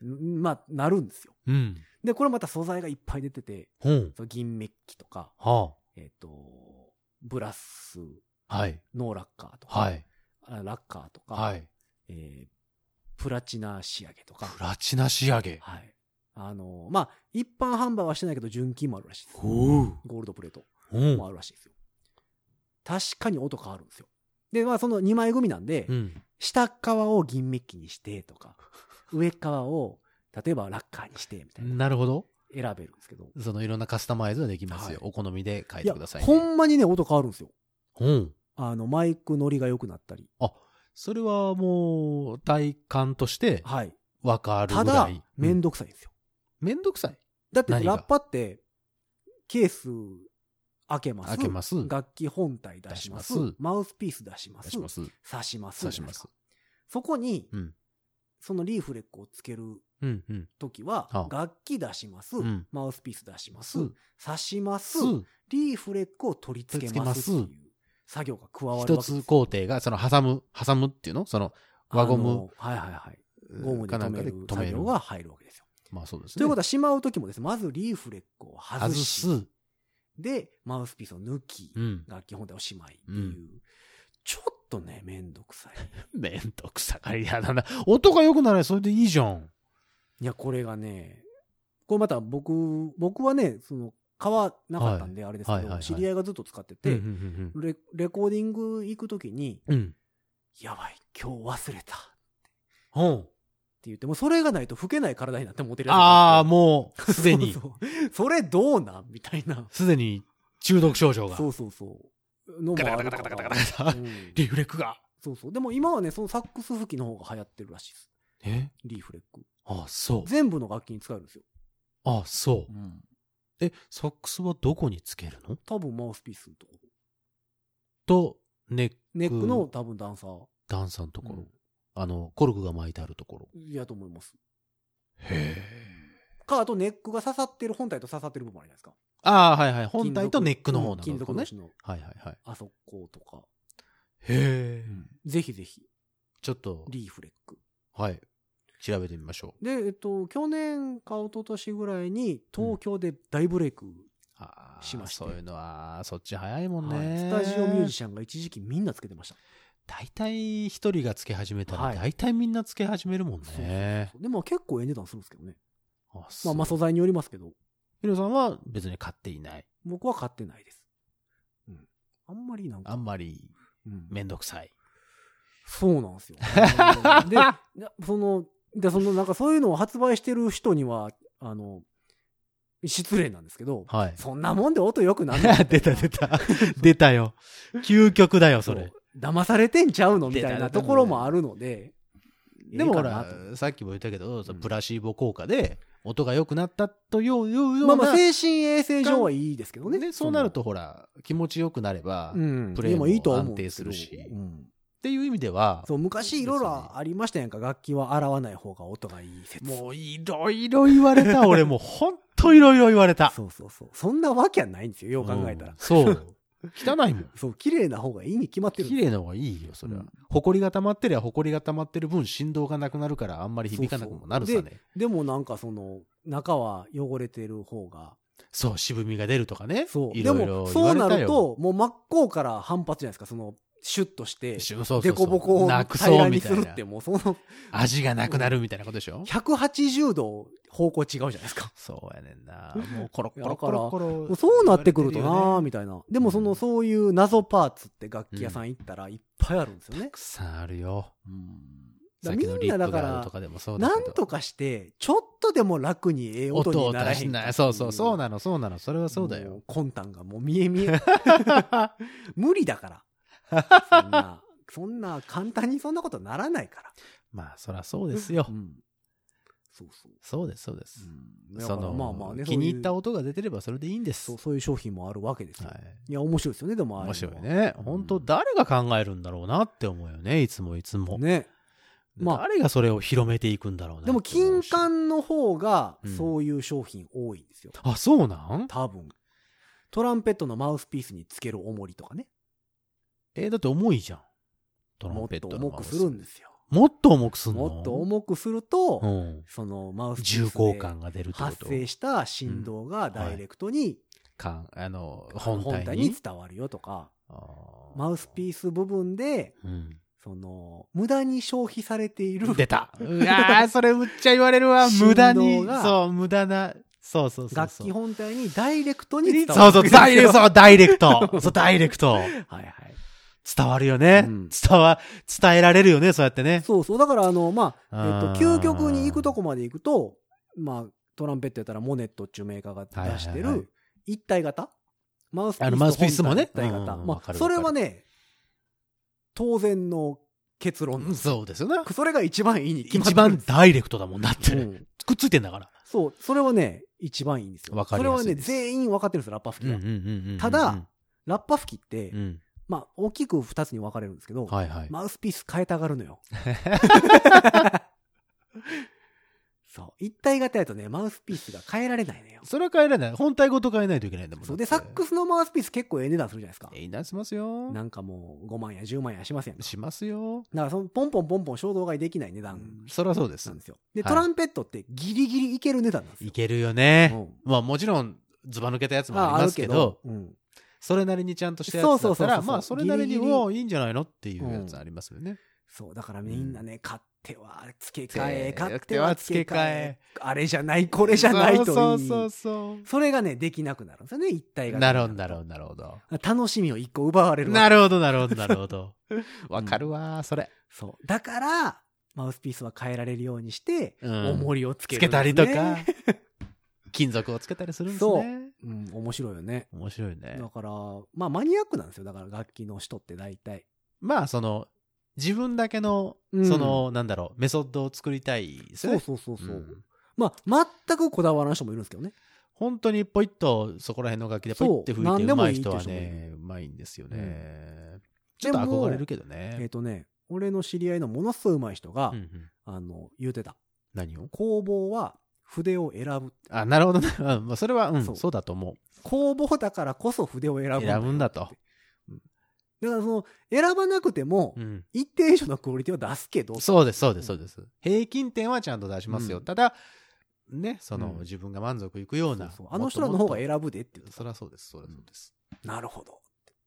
B: る。んまあ、なるんですよ。
C: うん。
B: で、これまた素材がいっぱい出てて、
C: ほん。
B: その銀メッキとか、
C: は
B: えっ、と、ブラス、
C: あ。はい。
B: ノーラッカーとか、
C: はい。
B: あラッカーとか、
C: はい。
B: えープラチナ仕上げとか、
C: プラチナ仕上げ。
B: はい。あのーまあ、一般販売はしてないけど、純金もあるらしいです。
C: おう。
B: ゴールドプレート
C: う
B: もあるらしいですよ。確かに音変わるんですよ。で、まあ、その2枚組なんで、
C: ん。
B: 下側を銀メッキにしてと か、上側を、例えばラッカーにしてみたいな、
C: なるほど。
B: 選べるんですけど。
C: そのいろんなカスタマイズはできますよ。
B: は
C: お好みで書い
B: い
C: て
B: や
C: ください、ね。
B: ほんまにね、音変わるんですよ。
C: うん。
B: あの、マイク乗りが良くなったり。
C: それはもう、体感として
B: はい。
C: わかる
B: た
C: ぐら
B: だ
C: い。、
B: めん
C: ど、
B: どくさいんですよ。
C: めんどくさい。
B: だって、
C: 何が
B: ラッパって、ケース開けます。
C: 開けます
B: 楽器本体出します
C: 出します
B: マウスピース出します。
C: 出します。
B: 刺します。
C: 刺します。
B: そこに、
C: うん
B: そのリーフレックをつける
C: うん、うん。
B: ときは
C: あ、
B: 楽器出します、
C: うん
B: マウスピース出します、
C: す、
B: 刺します、
C: す、
B: リーフレックを取り付けますって
C: 取り
B: いう作業が加わる
C: 一
B: わけです
C: つ工程が、その挟む、挟むっていうのその、輪ゴム
B: あのはいはいはい。ゴムで
C: かな
B: 止
C: んか
B: め
C: で
B: る
C: 止
B: 作
C: める
B: 業。が入るわけですよ。
C: まあそうですね。
B: ということ
C: は、
B: は、しまうときもですね、まずリーフレックを外
C: 外
B: し、
C: す。う
B: で、マウスピースを抜き、
C: ん。
B: 楽器本体をしまいっていう、ちょっとね、めんどくさい。
C: めんどくさがりやだな。音が良くならそれでいいじゃん。
B: いや、これがね、これまた僕、僕はね、その、買わなかったんで、あれですけど、
C: はいはいはい
B: 知り合いがずっと使って
C: うん
B: て、
C: うん
B: レレコーディング行くときに、
C: うんうん。
B: やばい、今日忘れた。
C: うん。うん
B: って言って、もうそれがないと老けない体になってモテるやつ
C: ああ、
B: も
C: も う、すでに
B: そ、うそうそれどうなんみたいな。
C: すでに中毒症状が。
B: そうそうそう。のも
C: ガタ
B: あ
C: ガ
B: る
C: タ
B: か
C: ガタガタガタ
B: ら
C: ガ。タガタ。
B: うん
C: リフレックが。
B: そうそう。でも今はね、そのサックス吹きの方が流行ってるらしいです。
C: え
B: リーフレック。
C: あそう。
B: 全部の楽器に使えるんですよ。
C: あそう。
B: ん。
C: え、サックスはどこにつけるの
B: 多分マウスピースのところ。
C: と、ネック、
B: ネックの多分ダンサー。
C: 段差のところ。あの、コルクが巻いてあるところ。
B: うんやと思います。
C: へ
B: か、あとネックが刺さってる、本体と刺さってる部分あるじゃないですか。
C: ああ、はいはい。本体とネックの方
B: うん
C: な
B: ん
C: だ
B: 金
C: と
B: 属
C: ね
B: 同。士の
C: はいはいはい。
B: あそことか。
C: へえ。
B: ぜひぜひ、
C: ちょっと、
B: リーフレック。
C: はい。調べてみましょう。
B: で、えっと、去年か一昨年ぐらいに東京で大ブレイク、
C: あー
B: しまして
C: そういうのは、そっち早いもん
B: はい
C: ね。
B: スタジオミュージシャンが一時期みんなつけてました。
C: 大体一人がつけ始めたら、
B: はい
C: 大体みんなつけ始めるもんね。
B: でも結構ええ値段するんですけどね。
C: あ
B: ま
C: そ
B: あまあ
C: う。
B: 素材によりますけど、
C: ヒロさんは別に買っていない。
B: 僕は買ってないです。うん。あんまりなんか。
C: あんまり
B: うん
C: めんどくさい。
B: そうなん ですよ。で、なその、で、そのなんかそういうのを発売してる人には、あの、失礼なんですけど、
C: はい。。
B: そんなもんで音良くなんない
C: 出た出た。出 たよ。究極だよ、そ
B: そう
C: れ。
B: 騙されてんちゃうのみ
C: 出た
B: たいなところもあるので、
C: でもほ
B: ええからなと、
C: さっきも言ったけど、
B: うん
C: プラシーボ効果で音が良くなったというよう
B: ま
C: な。
B: あまあ精神衛生上はいいですけどね。
C: ね、そうなるとほら、気持ちよくなれば、
B: その、うん、
C: プレイも
B: でいいとは思うん
C: 安定するし
B: ですけどうん
C: っていう意味では、
B: そう、昔いろいろありましたやんか、楽器は洗わない方が音がいい説。
C: もういろいろ言われ た。俺もうほんといろいろ言われた。
B: そうそうそう。そんなわけはないんですよ、よう考えたら。
C: うん そう。汚いもん。
B: そう、綺麗な方がいいに決まってる。
C: 綺麗な方がいいよ、それは
B: うん。
C: 埃が溜まってりゃ埃が溜まってる分振動がなくなるからあんまり響かなくもなる
B: そ
C: さ
B: うそ
C: ね。
B: でもなんかその、中は汚れてる方が。
C: そう、渋みが出るとかね。
B: そう。
C: い
B: で
C: ろいろ
B: も、
C: 言
B: そ
C: わ
B: う
C: れ
B: な
C: た
B: る
C: よ、
B: と、もう真っ向から反発じゃないですか、その、シュッとして、
C: そうそうそ
B: デ
C: う
B: コボコを
C: なく
B: 平
C: そ
B: ら
C: うみ
B: に
C: た
B: す
C: い
B: る
C: な
B: って、。もうそ の、
C: 味がなくなるみたいなことでしょ
B: 180度方向違うじゃないですか。
C: そうやねんな。もうコロコロ
B: だか
C: コ
B: ら
C: ロコロ。
B: そうなってくると
C: 言わ
B: な
C: れ
B: ー
C: てよね
B: みたいな。でもその、そういう謎パーツって楽器屋さん行ったらいっぱいあるんですよね
C: た。くさんあるよ。
B: だ
C: さ
B: か
C: っ
B: ら
C: きの
B: み
C: リ
B: ん
C: ッ
B: な
C: プ
B: だか
C: ガード
B: ら
C: と、かでもそうだけ
B: な
C: ど。
B: んとかして、ちょっとでも楽にええ音
C: 音
B: に
C: を
B: なら
C: 出
B: へ
C: し
B: ん
C: な
B: か。
C: い。そうそう、そうなの、そうなの。それは
B: の
C: そうだよ。。
B: 魂胆がもう見え見え。無理だから。そんな、そんな簡単にそんなことならないから。
C: まあ、そらそうですよ
B: う。んそうそう。
C: そうです、そうです。
B: うんだ
C: そ
B: から
C: の、
B: まあまあね、
C: 気に入った
B: そういう
C: 音が出てればそれでいいんです。
B: そ
C: は
B: うそういう商品もあるわけですよ。
C: い。
B: いや、面白いですよね、でもああ
C: 面
B: うの
C: 白
B: はい
C: ね。本当誰が考えるんだろうなって思うよね。いつもいつも。
B: ね。まあ
C: 誰がそれを広めていくんだろうなって
B: で
C: 思
B: も、
C: うし。
B: 金管の方が
C: うん、
B: そういう商品多いんですよ。
C: あ、そうなん
B: 多分。トランペットのマウスピースにつける重りとかね。
C: えー、だって重いじゃん。トラ
B: も
C: ン
B: っ
C: ペッ
B: と
C: ト。
B: 重くするんですすよ。
C: もっと重くすんの
B: もっと重くすると、
C: うん。
B: そのマウスピ
C: 重
B: ース
C: 厚
B: で
C: 感が出るってこ
B: 発
C: と。
B: 生した振動がダイレクトに
C: 感、あの、本
B: 本
C: 体
B: 体
C: に。
B: に伝わるよとか、
C: マ
B: マウスピース部分で、
C: うん。
B: その、無駄に消費されている
C: 出た。うわーそれむっちゃ言われる わ。無駄に
B: 振動。が
C: そう、無駄な。そうそうそうそう。
B: 楽器本体にダイレクトに伝
C: そ
B: わ
C: う
B: る。
C: そう、ダイレクト、そうダイレク ト。そう、ダイレクト。
B: はいはい。
C: 伝わるよね。
B: うん
C: 伝わ、伝えられるよね、そうやってね。
B: そうそう。だから、あの、ま
C: あ
B: あ、えっと、
C: ー
B: 究極に行くとこまで行くと、まあ、トランペットやったらモネットっていうメーカーが出して
C: はいはいはい
B: る一体型マウスピ
C: あ
B: ース
C: の
B: と
C: マウスピースもね
B: 本体一体型。
C: うんわ
B: ま
C: か
B: あ、
C: る
B: それはね、当然の結論なんです
C: そうですよな。
B: それが一番いいに決まって
C: 一
B: る
C: 番ダイレクトだもんだって。
B: うん
C: くっついてんだから。
B: そう、それはね、一番いいんですよ。
C: わかりやすい
B: それは
C: で
B: ね、
C: す
B: 全員分かってるんですよ、ラッパ吹きは。
C: ん
B: ただ、ラッパ吹きって、
C: うん。
B: まあ、大きく二つに分かれるんですけど、
C: はいはい。
B: マウスピース変えたがるのよ。そう。一体型やとね、マウスピースが変えられないのよ。
C: それは変えられない。本体ごと変えないといけないんだもん
B: そう。で、サック
C: ス。
B: スのマウスピース結構ええ値段するじゃないですか。
C: えいなしますよ。
B: なんかもう5万や10万やしません。だか
C: しますよ。
B: らそのポンポンポンポン衝動買いできない値段
C: そりゃそうです
B: なん。ですよ。で、
C: はい
B: トランペットってギリギリいける値段なんですよ。
C: いけるよね。
B: うん
C: まあもちろん、ズバ抜けたやつも
B: あ
C: あ
B: あ
C: り
B: あ
C: ま
B: る
C: すけ
B: け
C: ど
B: ど、、うん、
C: それなりにちゃんとしたやつだ
B: そうそ
C: った
B: うそう
C: ら、
B: そう
C: まあそれなりに
B: ギリギリ
C: もういいんじゃないのっていうやつありますよね。
B: そう、だからみんなね、買っては付け替え、
C: 付け替え
B: 買っては付け替
C: 付
B: え、あれじゃない、これじゃないといい。
C: そうそうそう
B: それがね、できなくなるんですよね、一体
C: そ
B: が。
C: う。なるほど、なるほど、なるほど。
B: 楽しみを一個奪われるわけ
C: なるほど、なるほど、なる ほど。わかるわ、それ。
B: そう。だから、マウスピースは変えられるようにして、
C: うん
B: 重りをつける
C: つけ
B: んで
C: た
B: すね、
C: りとか、金属をつけたりするんです
B: そう
C: ね。
B: うん、面白いよね。
C: 面白いね
B: だ。から、まあマニアックなんですよ。だから楽器の人って大体。
C: まあ、その、自分だけの、
B: うん
C: その、なんだろう、メソッドを作りたいです
B: そう
C: ね。
B: そうそうそう。
C: うん
B: まあ、全くこだわらない人もいるんですけどね。
C: 本当にポイッと、そこら辺の楽器でポイっ
B: そ
C: て
B: う
C: 吹いて
B: 何で
C: 上
B: も
C: 手
B: い
C: い
B: いって
C: 人
B: いう
C: は
B: 人もいる
C: ね、上手いんですよね。ちょ
B: で
C: っと
B: も
C: 憧れるけど
B: えっ、
C: ね。
B: とね、俺の知り合いのものすごいうまい人が、
C: うんうん
B: あの、言うてた。
C: 何を
B: 工房は筆を選ぶ。
C: あ、な るほどね。うんまあそれは、うん、
B: そう
C: そうだと思う。
B: 工房だからこそ筆を選ぶ。
C: 選ぶんだと。
B: だからその、選ばなくても
C: う、ん
B: 一定以上のクオリティは出すけど、
C: そうです、そうです、そうです。平均点はちゃんと出しますよ。
B: うん
C: ただ、ね、その、
B: うん
C: 自分が満足いくような。
B: そうそうあの人らの方が
C: え
B: 選ぶでって言ってた
C: そりゃそうです、そりゃそうです。
B: なるほど。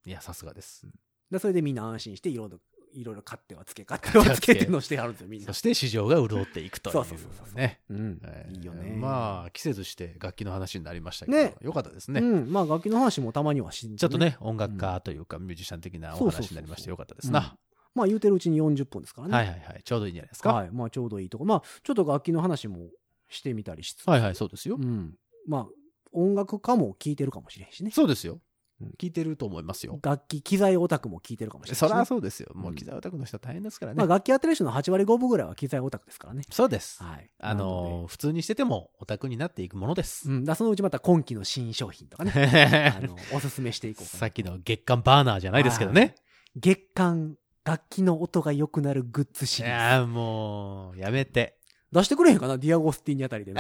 C: いや、さすがです。
B: で、それでみんな安心して、いろいろ、いろいろ買ってはつけ、買ってはつけっていうのをしてはるんですよ、みん
C: そ
B: な。
C: して市場が潤っていくという。
B: そうそうそうそう
C: ね。
B: うん
C: えー
B: いいよね。
C: まあ、季節して楽器の話になりましたけど、
B: ね
C: よかったです
B: あ
C: ね。
B: うん。まあ、楽器の話もたまにはしん
C: ちょっと。ね、音楽家というか、ミュージシャン的なお
B: そうそうそう
C: 話
B: そう
C: になりましてよかったですな。
B: まあ、言うてるうちに40分ですからね。
C: はいはいはい。ちょうどいいんじゃないですか。
B: はい。まあ、ちょうどいいとこ。まあ、ちょっと楽器の話もしてみたりしつつ。
C: はいはい、そうですよ
B: う。ん。まあ、音楽家も聞いてるかもしれんしね。
C: そうですよ
B: うん。
C: 聞いてると思いますよ。
B: 楽器、機材オタクも聞いてるかもしれんし
C: そ
B: ね。
C: りゃそうですよ。もう、
B: うん
C: 機材オタクの人は大変ですから
B: まあ、
C: ね。
B: 楽器やってる人の8割5分ぐらいは機材オタクですからね。
C: そうです。
B: はい。
C: あ
B: な
C: の
B: の
C: ー、普通にしててもオタクになっていくものです
B: で、。うん。だからそのうちまた今期の新商品とかね。あの、おすすめしていこうかな
C: さっきの月間バーナーじゃないですけどね。
B: 月間、楽器の音が良くなるグッズ
C: い
B: シリーズ。
C: やーもう、やめ て。
B: 出してくれへんかなディアゴスティーニあたり で。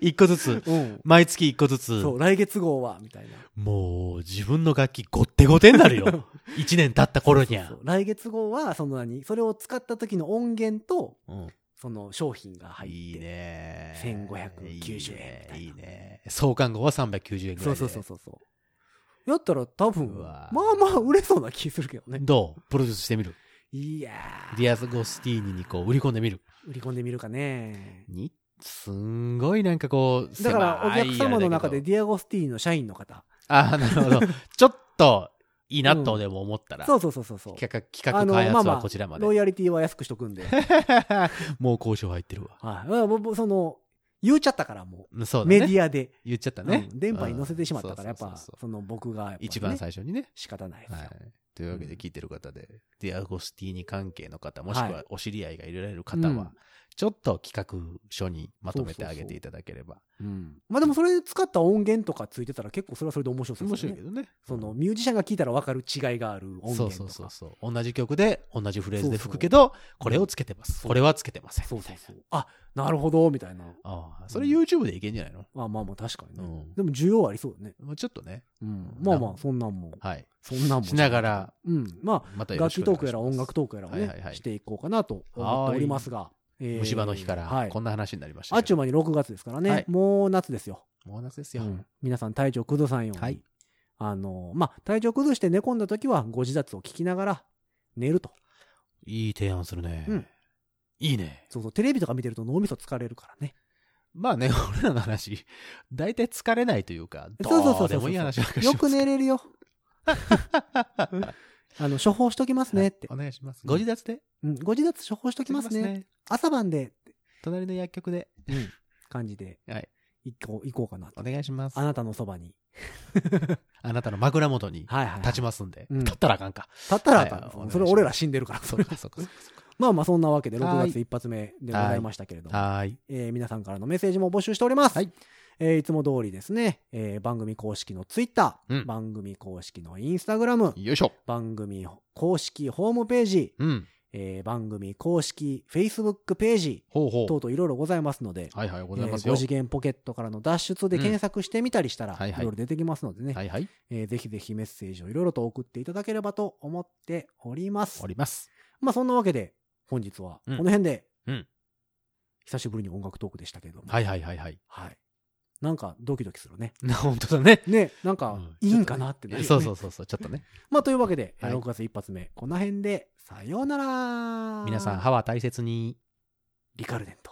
C: 一個ずつ。
B: うん。
C: 毎月一個ずつ。
B: そう、来月号は、みたいな。
C: もう、自分の楽器ごってごてにな るよ。一年経った頃にゃ
B: そう。来月号は、その何それを使った時の音源と、
C: うん
B: その商品が入って。
C: いいね。
B: 1590円みたいない
C: いね。創刊号は390円ぐらいで。
B: そうそうそうそうそう。やったら多分、
C: う
B: ま
C: わ
B: あまあ売れそうな気するけどね。
C: どうプロデュースしてみる。
B: いや
C: ディアス・ゴスティーニにこう、売り込んでみる。
B: ー、売り込んでみるかね。
C: に、すんごいなんかこう、
B: だから、お
C: 狭い
B: 客様の中
C: あれ
B: で
C: だけど。
B: ディアゴスティーニの社員の方。
C: ああ、なるほど。ちょっと、いいなとでも思ったら。
B: そうそうそうそうそう。
C: 企画、企画開
B: あの
C: 発
B: まあ
C: は
B: まあ
C: こちらまで。
B: ロイヤリティは安くしとく んで。
C: もう交渉入ってるわ。
B: はい。まあぼぼその、言っちゃったからも、
C: そううだ
B: メ
C: ね。
B: ディアで、
C: 言っちゃったね。
B: うん電波に乗せてしまったから、
C: う
B: や
C: ん
B: っ
C: そう
B: ぱ、
C: そうそう
B: その僕が、
C: 一番
B: 最
C: 最初にね。
B: 仕方ないですよ。
C: はい。というわけで聞いてる方で、ディアゴスティーニ関係の方、もしく
B: は
C: はいお知り合いがいられる方
B: う
C: は
B: ん、
C: ちょっと企画書にまとめてあげていただければ。
B: うんまあでもそれ使った音源とかついてたら結構それはそれで面白そう
C: 面
B: です
C: 白
B: よね
C: いけ。どね。
B: その、ミュージシャンが聞いたら分かる違いがある音
C: そ
B: 源と
C: う
B: か。
C: そうそうそう。同じ曲で、同じフレーズで
B: そうそう
C: 吹くけど、これをつけてます。
B: そう
C: これはつけてません。
B: そうそうそうあ、なるほど、みたいな。
C: ああ、それ YouTube でいけんじゃないの
B: あまあまあ確かにね。
C: うん
B: でも需要ありそうだね。
C: もうちょっとね。
B: うん。まあまあ、そんなんも。
C: はい。
B: そんなんも。
C: しなが。ら、
B: うん。ま
C: また
B: あ、
C: よろ
B: 楽
C: し
B: 器
C: く
B: ト
C: お願いします
B: ークやら音楽トークやらをね、
C: はいはいはい
B: していこうかなと思っておりますが。えー
C: 虫歯の日か
B: は
C: ら、
B: い
C: こんな話になりました
B: あっ
C: け
B: ちゅ
C: ど。
B: う間に6月ですからね、
C: はい
B: もう夏ですよ、
C: もう夏ですよ
B: う。ん皆さん体調崩さんように、
C: はい
B: あのまあ、体調崩して寝込んだ時はご自殺を聞きながら寝ると
C: いい提案するね
B: うん。
C: いいね。
B: そうそうテレビとか見てると脳みそ疲れるからね
C: まあね、 俺らの話、大体疲れないというか、
B: そうそうそう
C: ど
B: そう
C: うでもいい話ばっかりし
B: よ
C: ます
B: く寝れるよ あの処方しときますねって、
C: お願いします。ご自宅で
B: うん、ご自殺処方しときますね。朝晩でって
C: 隣の薬局で。
B: 感じで
C: はい。
B: 行こう行こうかなと
C: お願いします。
B: あなたのそばに
C: あなたの枕元に
B: はいはい、
C: 立ちますんで。
B: うん
C: 立ったらあかんか。
B: 立ったらあかん
C: はいお願いします
B: それ俺ら死んでるからそ
C: そう
B: れ
C: か、そうか、そう
B: まあまあそんなわけで
C: は
B: 6
C: い
B: 月一発目でございましたけれども
C: か。 はーい。
B: えー皆さんからのメッセージも募集しております。
C: はい
B: い。えーいつも通りですね、えー番組公式のツイッター、
C: うん
B: 番組公式のインスタグラム、
C: よいしょ。
B: 番組公式ホームページ、
C: うん。
B: えー番組公式 Facebook ページ
C: ほうほ
B: 等々いろいろございますので、
C: はいはい、ご
B: え
C: ざいますよ。
B: 5次元ポケットからの脱出で検索してみたりしたら、
C: うんはい
B: い
C: はい
B: ろいろ出てきますのでね、
C: はいはい。
B: えーぜひぜひメッセージをいろいろと送っていただければと思っております
C: お。ります。
B: まあそんなわけで、本日はこ
C: うん
B: の辺で、
C: うん
B: 久しぶりに音楽トークでしたけれども、
C: はいはいはいはい。
B: はいなんかドキドキするね。
C: な本当だね。
B: ね、なんか
C: うん
B: いいんかなって なるよね
C: そうそうそうそう、ちょっとね。
B: まあというわけで、えー
C: はい
B: 6月一発目、この辺で、さようなら
C: 皆さん、歯は大切に。
B: リカルデント。